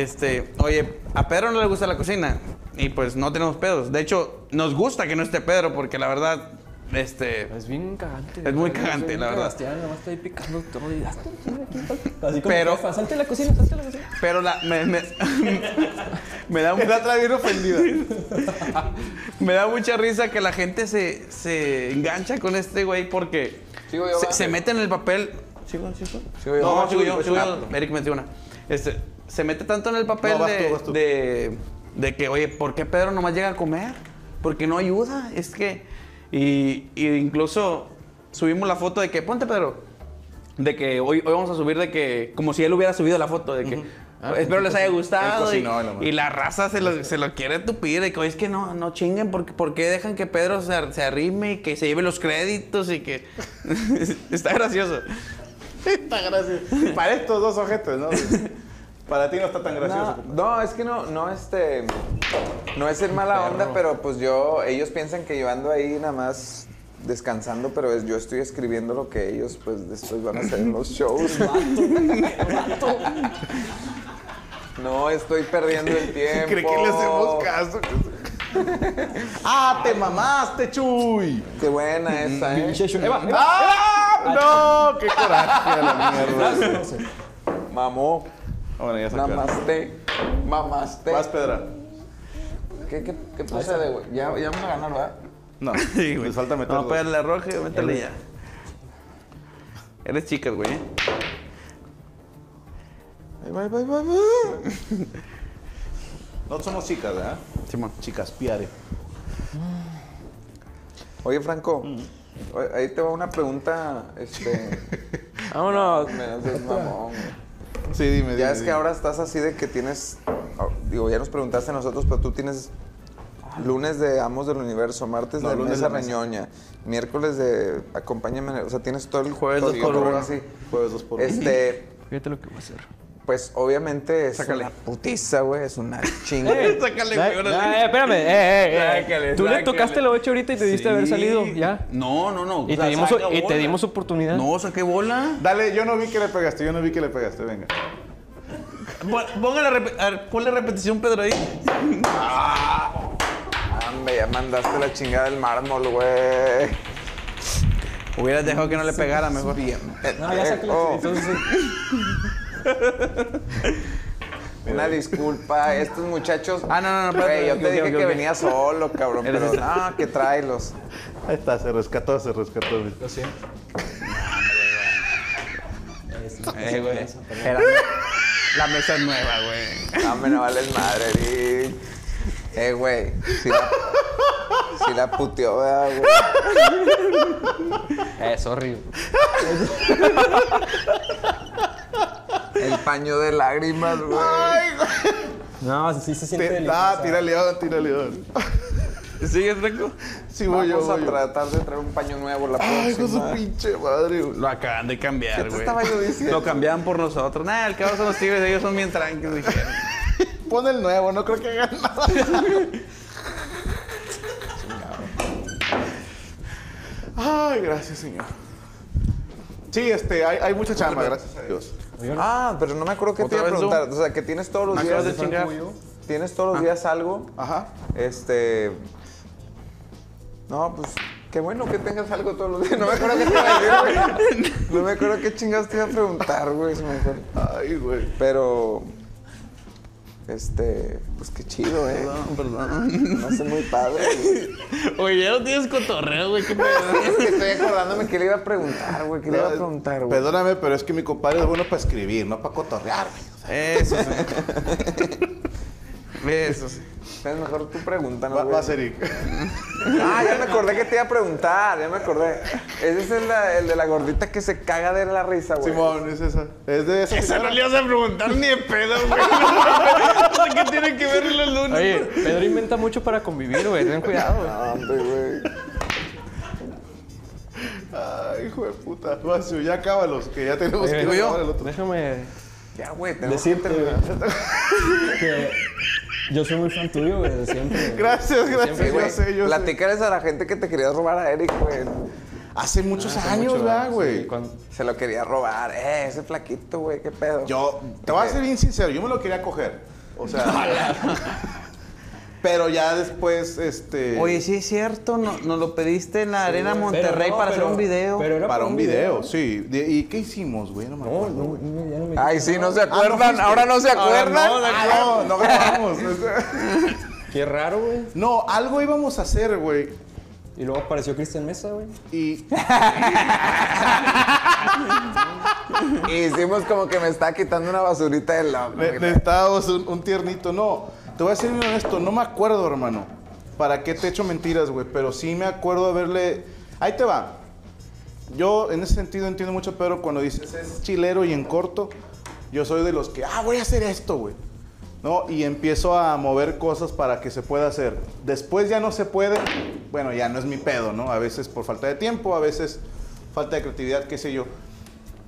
E: Este, oye, a Pedro no le gusta la cocina y pues no tenemos pedos. De hecho, nos gusta que no esté Pedro porque la verdad, este,
F: Es bien cagante.
E: Es muy cagante, la verdad.
F: Sebastián, nomás está ahí picando todo y hasta aquí. pa- Así como
E: Pero-
F: Pero... salte a la cocina, salte a la cocina.
E: pero la, me, me- me da un-
A: La otra bien ofendida.
E: me da mucha risa que la gente se, se engancha con este güey porque
B: Sigo yo,
E: se,
B: va.
E: se mete en el papel. ¿Sigo, sigo?
B: Sigo yo.
E: No,
B: No,
E: sigo
B: tú,
E: yo,
B: pues,
E: sigo
B: ah,
E: yo. Eric metió una. Este, se mete tanto en el papel
A: No, vas
E: de,
A: tú, vas tú.
E: de- de que, oye, ¿por qué Pedro nomás llega a comer? Porque no ayuda. Es que. Y, y incluso subimos la foto de que, ponte Pedro, de que hoy, hoy vamos a subir de que, como si él hubiera subido la foto, de que espero les haya gustado.
A: Él
E: y,
A: Ah, pues, cocinó, la madre.
E: y la raza se lo, se lo quiere tupir, de que "Oye, es que no, no chinguen, porque, porque dejan que Pedro se, ar- se arrime y que se lleve los créditos y que. Está gracioso.
A: Está gracioso. Para estos dos ojetes, ¿no? Para ti no está tan gracioso.
B: No, no, es que no, no, este, no es ser mala onda, pero pues yo, ellos piensan que yo ando ahí nada más descansando, pero es, yo estoy escribiendo lo que ellos pues después van a hacer en los shows. No, estoy perdiendo el tiempo.
A: ¿Cree que le hacemos caso? ¡Ah, te mamaste, Chuy!
B: Qué buena
A: Mm.
B: esa, ¿eh?
F: Eva, Eva.
A: ¡Ah! ¡No! ¡Qué coraje a la mierda!
B: Mamó.
A: Bueno, ya se aclaró.
B: Mamaste. Mamaste.
A: Vas, Pedra.
B: ¿Qué, qué, qué procede, güey? Ya, ya vamos a ganar, ¿verdad?
A: No,
E: Sí, güey.
A: les falta meter
E: No,
A: dos.
E: Pedro, la roja, métele ya. Eres chica, güey. ¿eh?
A: No somos chicas, ¿eh? ¿verdad?
E: Simón.
A: Chicas, piare.
B: Oye, Franco, o- ahí te va una pregunta, este...
F: Vámonos.
B: me haces mamón, güey.
A: Sí, dime,
B: Ya
A: dime,
B: es que
A: dime.
B: ahora estás así de que tienes, ah, digo, ya nos preguntaste a nosotros, pero tú tienes lunes de Amos del Universo, martes
A: No,
B: Ah. de
A: lunes
B: Mesa
A: de Mesa.
B: Reñoña, miércoles de Acompáñame, o sea, tienes todo el
E: Jueves
B: todo
E: dos
B: el
E: por
B: cotorreo
E: uno.
B: así.
A: Jueves dos por uno.
B: Este,
F: Fíjate lo que voy a hacer.
B: pues obviamente es
E: Sácale.
B: una putiza, güey, es una chinga.
E: Sácale,
F: Eh,
E: güey, órale.
F: eh, espérame, eh, eh, eh.
E: Sácale,
F: Tú le
E: sácale.
F: tocaste la 8 ahorita y te diste haber
E: Sí.
F: salido, ya.
E: No, no, no.
F: Y,
E: O sea,
F: te, dimos,
E: saca
F: y te
E: bola.
F: dimos oportunidad.
E: No, saqué bola.
A: Dale, yo no vi que le pegaste, yo no vi que le pegaste, venga.
E: Pon- Ponga la, rep- a ver, ponle repetición, Pedro, ahí.
B: Hombre, ya mandaste la chingada del mármol, güey.
E: Hubieras dejado que no le pegara mejor.
F: No, Ah, ya saqué la
B: Oh.
F: Entonces,
B: Una disculpa, estos muchachos.
E: Ah, no, no, no, espérate,
B: Güey, yo
E: ok,
B: te
E: ok,
B: dije
E: ok,
B: que
E: ok.
B: venía solo, cabrón.
E: Eres
B: Pero,
E: esta-
B: ah, que tráelos.
A: Ahí está, se rescató, se rescató. güey.
F: lo siento.
E: Eh, güey. Era- La mesa es nueva, güey.
B: Ah, me no vales madre, Eric. Eh, güey. Si la, sí la puteó, ¿verdad, güey.
C: Eh, sorry.
B: El paño de lágrimas, güey.
F: No, sí se siente
A: Te-
F: delicioso.
A: Ah, tira león, tira león. Ah,
E: ¿Sigues, Reco?
A: Sí, voy yo,
B: Vamos a
A: voy yo.
B: tratar de traer un paño nuevo la
A: Ay, con su
B: próxima.
A: pinche madre, güey.
E: Lo acaban de cambiar,
B: te
E: güey.
B: estaba yo diciendo?
E: Lo cambiaban por nosotros. Nah, el cabo son los tigres, ellos son bien tranquilos, dijeron.
A: Pon el nuevo, no creo que hagan nada. Ay, gracias, señor. Sí, este, hay, hay mucha chamba, gracias a Dios.
B: Ah, pero no me acuerdo qué te
E: ¿Otra
B: iba a
E: vez Zoom?
B: preguntar. O sea, que tienes todos los
E: Me
B: días.
E: acabas de chingar. Ah.
B: Tienes todos los días algo.
A: Ajá.
B: Este. No, pues. Qué bueno que tengas algo todos los días. No me acuerdo qué te iba a decir, güey. No me acuerdo qué chingados te iba a preguntar, güey. se me fue.
A: Ay, güey.
B: Pero. Este. Pues qué chido, eh.
E: Perdón, perdón.
B: No sé muy padre. güey.
E: Oye, ya no tienes cotorreo, güey. ¿Qué pedo?
B: Es que estoy acordándome que le iba a preguntar, güey. Que le iba a
A: No,
B: preguntar, güey.
A: Perdóname, pero es que mi compadre es bueno para escribir, no para cotorrear, güey.
E: Eso sí. Eso sí.
B: Es mejor tú pregúntanos,
A: Va,
B: güey.
A: va a ser Ica.
B: Ah, ya me acordé que te iba a preguntar, ya me acordé. Ese es el, de- el de la gordita que se caga de la risa, güey.
A: Simón, es esa. Es de esa.
E: Esa no
A: señora.
E: le ibas a preguntar ni de pedo, güey. O sea, ¿Qué tiene que ver los lunes?
F: Oye, Pedro inventa mucho para convivir, güey. Ten cuidado, güey.
B: Ah, hombre, güey.
A: Ay, hijo de puta. Vacio, ya cábalos, que ya tenemos que ir a
F: Oye,
A: grabar el otro.
F: Déjame
B: Ya, güey, tenemos que
F: decirte,
B: terminar.
F: güey, que yo soy muy fan tuyo, güey, de siempre. güey.
A: Gracias,
B: Sí,
A: gracias.
B: güey,
A: yo sé, yo sé.
B: platícales a la gente que te querías robar a Eric, güey.
A: Hace muchos años, ¿verdad, güey?
F: Sí, cuando-
B: Se lo quería robar. Eh, ese flaquito, güey, qué pedo.
A: Yo, te voy a ser bien sincero, yo me lo quería coger. O sea. pero ya después, este.
E: Oye, sí es cierto, no- nos lo pediste en la Arena Monterrey
F: Pero no,
E: para
F: pero-
E: hacer un video.
F: pero era
A: para un video, sí. De- ¿Y qué hicimos, güey? No me
F: No,
A: acuerdo.
F: no, no, ya no me
B: Ay, sí, no se
A: Ah, ¿no
B: acuerdan.
A: fuiste?
B: Ahora no se
A: Ahora
B: acuerdan.
A: No,
B: Ah,
A: no, no grabamos.
F: Qué raro, güey.
A: no, algo íbamos a hacer, güey.
F: Y luego apareció Cristian Mesa, güey.
A: Y
B: Hicimos como que me está quitando una basurita del loco.
A: ne- necesitábamos un, un tiernito. No, te voy a ser bien honesto, no me acuerdo, hermano. ¿Para qué te echo mentiras, güey? Pero sí me acuerdo haberle. Ahí te va. Yo en ese sentido entiendo mucho, pero cuando dices es chilero y en corto, yo soy de los que, ah, voy a hacer esto, güey. ¿No? Y empiezo a mover cosas para que se pueda hacer. Después ya no se puede, bueno, ya no es mi pedo, ¿no? A veces por falta de tiempo, a veces falta de creatividad, qué sé yo.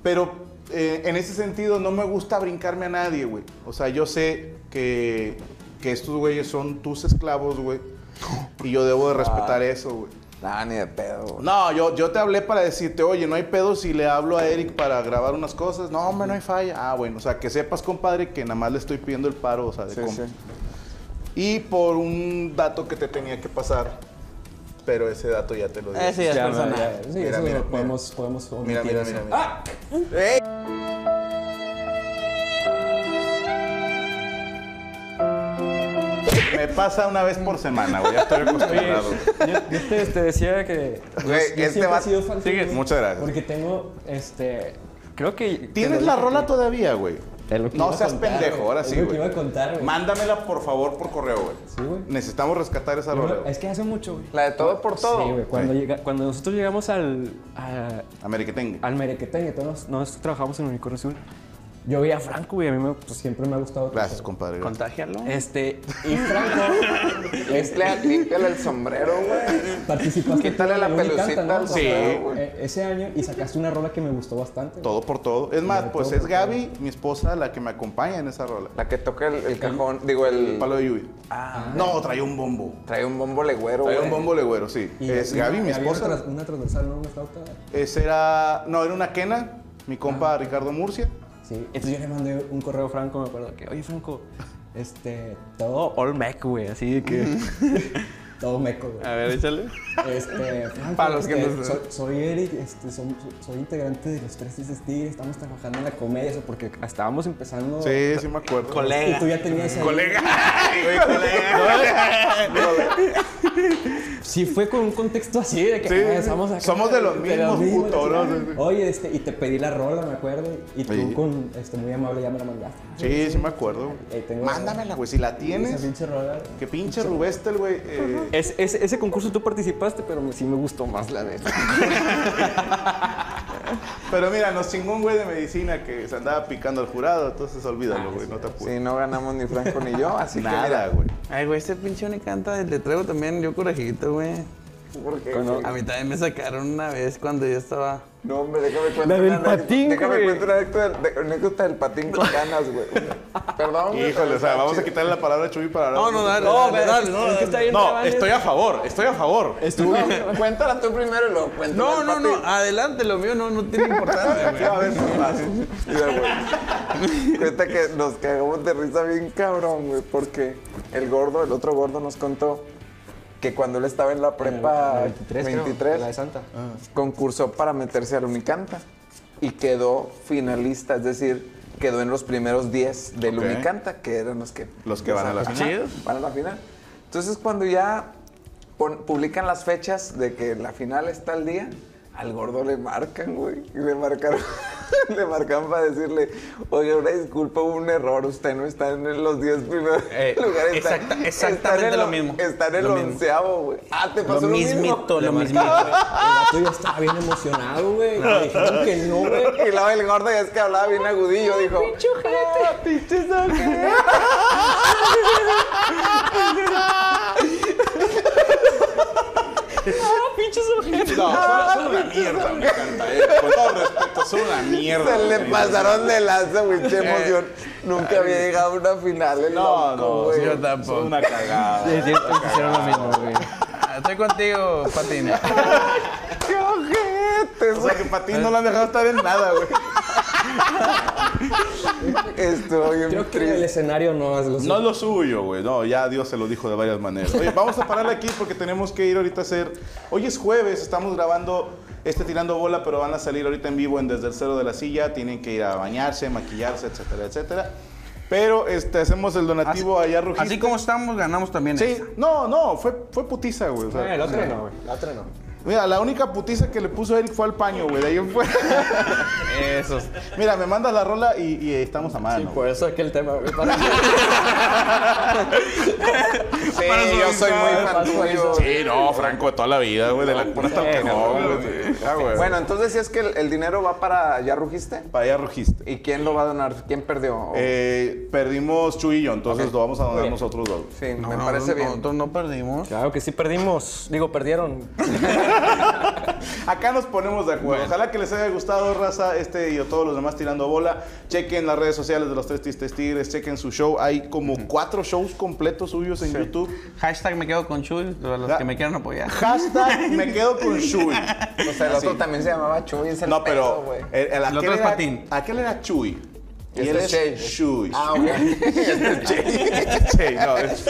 A: Pero eh, en ese sentido no me gusta brincarme a nadie, güey. O sea, yo sé que, que estos güeyes son tus esclavos, güey. Y yo debo de respetar
B: Ah.
A: eso, güey.
B: Nah, ni de pedo. güey.
A: No, yo, yo te hablé para decirte, oye, no hay pedo si le hablo a Eric para grabar unas cosas. No, hombre, no hay falla. Ah, bueno, o sea, que sepas, compadre, que nada más le estoy pidiendo el paro, o sea, de
B: Sí,
A: compas.
B: sí.
A: Y por un dato que te tenía que pasar, pero ese dato ya te lo dije.
E: Ese Eh, ya es personal.
F: ya, Sí,
A: Mira,
F: eso
A: mira,
F: lo podemos, podemos
A: Mira,
F: omitir
A: mira,
F: eso. ¡Ah!
A: mira. mira.
B: ¡Ey!
A: Me pasa una vez por semana, güey. Ya estoy acostumbrado.
F: Yo, yo te, te decía que yo-
B: Güey,
F: pues, yo
B: este
F: siempre
B: va-
F: he sido fan
A: Sigue,
F: tuyo, güey,
A: muchas gracias.
F: Porque tengo, este, creo que...
A: ¿Tienes
F: que-
A: la rola todavía, güey?
F: Es lo que
A: No
F: iba a
A: seas
F: contar,
A: pendejo,
F: güey.
A: ahora
F: Es
A: sí,
F: lo que
A: güey.
F: iba a contar, güey.
A: Mándamela, por favor, por correo, güey.
F: Sí, güey.
A: Necesitamos rescatar esa rola, güey.
F: Es que hace mucho, güey.
B: La de todo por
F: Sí,
B: todo.
F: güey. Cuando, llega- cuando nosotros llegamos al, a-
A: Ameriquetengue.
F: al Merequetengue, todos nos- nosotros trabajamos en Unicornio Azul, yo veía a Franco, güey. A mí me- pues, siempre me ha gustado. tu
A: Gracias,
F: show.
A: compadre. gracias.
E: Contágialo.
F: Este, y Franco
B: Límpiale, límpiale el sombrero, güey.
F: participaste.
B: Quítale
F: tú en
B: la
F: el Unicanta,
B: pelucita
F: ¿no?
B: al sombrero,
A: Sí.
B: güey.
F: Eh, Ese año y sacaste una rola que me gustó bastante. güey.
A: Todo por todo. Es más,
F: Todo
A: pues
F: por
A: es
F: todo.
A: Gaby, mi esposa, la que me acompaña en esa rola.
B: La que toca el, el cajón, digo, el.
A: El palo de lluvia. Ah. No, traía un bombo.
B: Trae un bombo legüero, güey.
A: Traía un bombo legüero, sí.
F: Y-
A: es
F: y-
A: Gaby, mi
F: y había
A: esposa.
F: Una, trans- una transversal, ¿no? Una flauta.
A: Esa era. No, era una quena, mi compa Ricardo Murcia.
F: Sí. Entonces yo le mandé un correo a Franco,
A: Mm.
F: me acuerdo que, oye Franco, este, todo all Mac, güey, así de que. Todo meco, güey.
E: A ver, échale.
F: Este, Franco,
E: Para los que
F: este,
E: no-
F: soy, soy Eric, este, som- so- soy integrante de los Tres Tigres Tigres, estamos trabajando en la comedia, eso porque estábamos empezando.
A: Sí, sí me acuerdo.
F: Y tú ya tenías ahí- Sí fue con un contexto así de que
A: Sí,
F: "Ah,
A: sí.
F: estamos acá,
A: Somos de los mismos, puto,
F: la
A: ¿no?
F: chingada".
A: Sí, sí.
F: Oye, este, y te pedí la rola, me acuerdo, y tú
A: Sí.
F: con este muy amable ya me la mandaste.
A: Sí, sí me acuerdo.
F: Ahí tengo-
A: Mándamela, güey. Si la
F: eh, Esa
A: tienes.
F: pinche rola.
A: Que pinche Rubestel, güey. eh,
F: Es- ese- ese concurso tú participaste, pero sí me gustó más la neta.
A: Pero mira, nos chingó un güey de medicina que se andaba picando al jurado, entonces olvídalo, güey, no te
B: Sí,
A: apures.
B: no ganamos ni Franco ni yo, así que
A: Nada,
B: mira,
A: güey.
E: Ay, güey, ese pinche me canta el letrero también, yo corajito, güey. A mí también me sacaron una vez cuando yo estaba.
B: No, hombre, déjame cuento
F: La del
B: una anécdota-
F: patín,
B: Déjame
F: güey.
B: cuento una anécdota del, de- anécdota del patín con canas, güey. Perdón, güey.
A: Híjole,
B: pero
A: o sea,
B: está
A: vamos a
B: chido.
A: quitarle la palabra a Chuy para
E: No,
A: hablar.
E: no, dale,
C: No,
E: dale,
C: pero
E: dale,
C: es-
E: no,
C: es que está bien
A: No,
C: Rebanes.
A: estoy a favor, estoy a favor.
B: Cuéntala tú primero y luego cuéntala
E: No,
B: el
E: no,
B: patín.
E: no, adelante, lo mío no, no tiene importancia, güey.
B: A ver, vas. Mira, güey. Cuenta que nos cagamos de risa bien cabrón, güey, porque el gordo, el otro gordo nos contó que cuando él estaba en la
A: Ah,
B: prepa 23,
F: creo, la de Santa.
B: concursó para meterse al Unicanta y quedó finalista, es decir, quedó en los primeros 10 del
A: Ok.
B: Unicanta, que eran los que
A: Los que van a la
B: Ajá,
E: final.
B: Van a la final. Entonces, cuando ya pon- publican las fechas de que la final está el día, al gordo le marcan, güey. Y le marcaron, le marcan para decirle, oye, una disculpa, hubo un error, usted no está en los 10 primeros
E: Eh,
B: lugares. está-
E: exacta-
B: está
E: exactamente
B: en el
E: lo
B: o-
E: mismo.
B: Está en el
E: Lo mismo.
B: onceavo, güey. Ah, te pasó lo,
E: Lo
B: mismo.
E: mismito, lo mismito.
F: El vato ya estaba bien emocionado, güey. Le dijeron que no, güey.
B: Y luego el gordo ya es que hablaba bien agudillo, dijo. "Ah, pinche ojete".
A: No, son, son una mierda, me encanta, eh. Con todo respeto, son una mierda.
B: Se le
A: güey.
B: pasaron de lanza, güey, qué emoción. Nunca había llegado a una final, el
A: Eh, No,
B: loco,
A: no,
B: güey.
A: son- Son una cagada.
E: Es cierto, hicieron lo mismo, güey. Ah, Estoy contigo, Patín.
B: ¡Qué ojete!
A: O sea que para ti no la han dejado estar en nada, güey.
B: Estoy bien
F: Creo que el
B: triste.
F: escenario no es lo
A: No es lo suyo, güey. No, ya Dios se lo dijo de varias maneras. Oye, vamos a parar aquí porque tenemos que ir ahorita a hacer. Hoy es jueves, estamos grabando este tirando bola, pero van a salir ahorita en vivo en Desde el Cero de la Silla. Tienen que ir a bañarse, maquillarse, etcétera, etcétera. Pero este, hacemos el donativo allá, Rugiste.
E: Así como estamos, ganamos también.
A: Sí, no, no, fue, fue putiza, güey. o sea,
F: Eh, la otra no, güey. La otra no.
A: mira, la única putiza que le puso Eric fue al paño, güey. De ahí en fuera.
E: Eso.
A: Mira, me mandas la rola y, y estamos a mano.
C: pues.
A: güey.
F: Por eso aquel tema, güey.
B: Sí, yo soy muy fan tuyo.
A: Sí, no, Franco, toda la vida, güey. De la cuna hasta el cajón, güey. sí. Ah, güey.
B: Bueno, entonces si es que el, el dinero va para ¿Ya rugiste?
A: Para allá rugiste.
B: ¿Y quién lo va a donar? ¿Quién perdió?
A: Eh, perdimos Chuy y yo, entonces lo vamos a donar nosotros dos.
B: sí, me parece bien.
E: Nosotros no perdimos.
F: Claro que sí perdimos. Digo, perdieron.
A: Acá nos ponemos de acuerdo. Ojalá que les haya gustado, raza, este y a todos los demás tirando bola. Chequen las redes sociales de los Tres Tristes Tigres, chequen su show. Hay como cuatro shows completos suyos en YouTube.
E: Hashtag me quedo con Chuy, para los
A: Ya.
E: que me quieran apoyar.
A: Hashtag me quedo con Chuy.
B: O sea, el otro también se llamaba Chuy, es el
A: No, pero
B: pedo, güey.
A: el, el aquel,
E: otro es
A: era,
E: Patín.
A: aquel era Chuy. Y
B: Este
A: él
B: es
A: es
B: Shay.
A: Chuy.
B: Ah, ok. Este es
A: Shay,
B: Chuy.
A: no, es-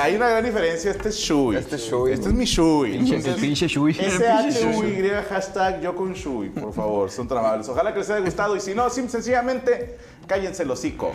A: hay una gran diferencia. Este es Chuy.
B: Este es Chuy.
A: Este es mi Chuy.
F: El pinche Shui.
A: SHUY, hashtag yo con Shui, por favor, son tan amables. Ojalá que les haya gustado y si no, sim- sencillamente, cállense el hocico.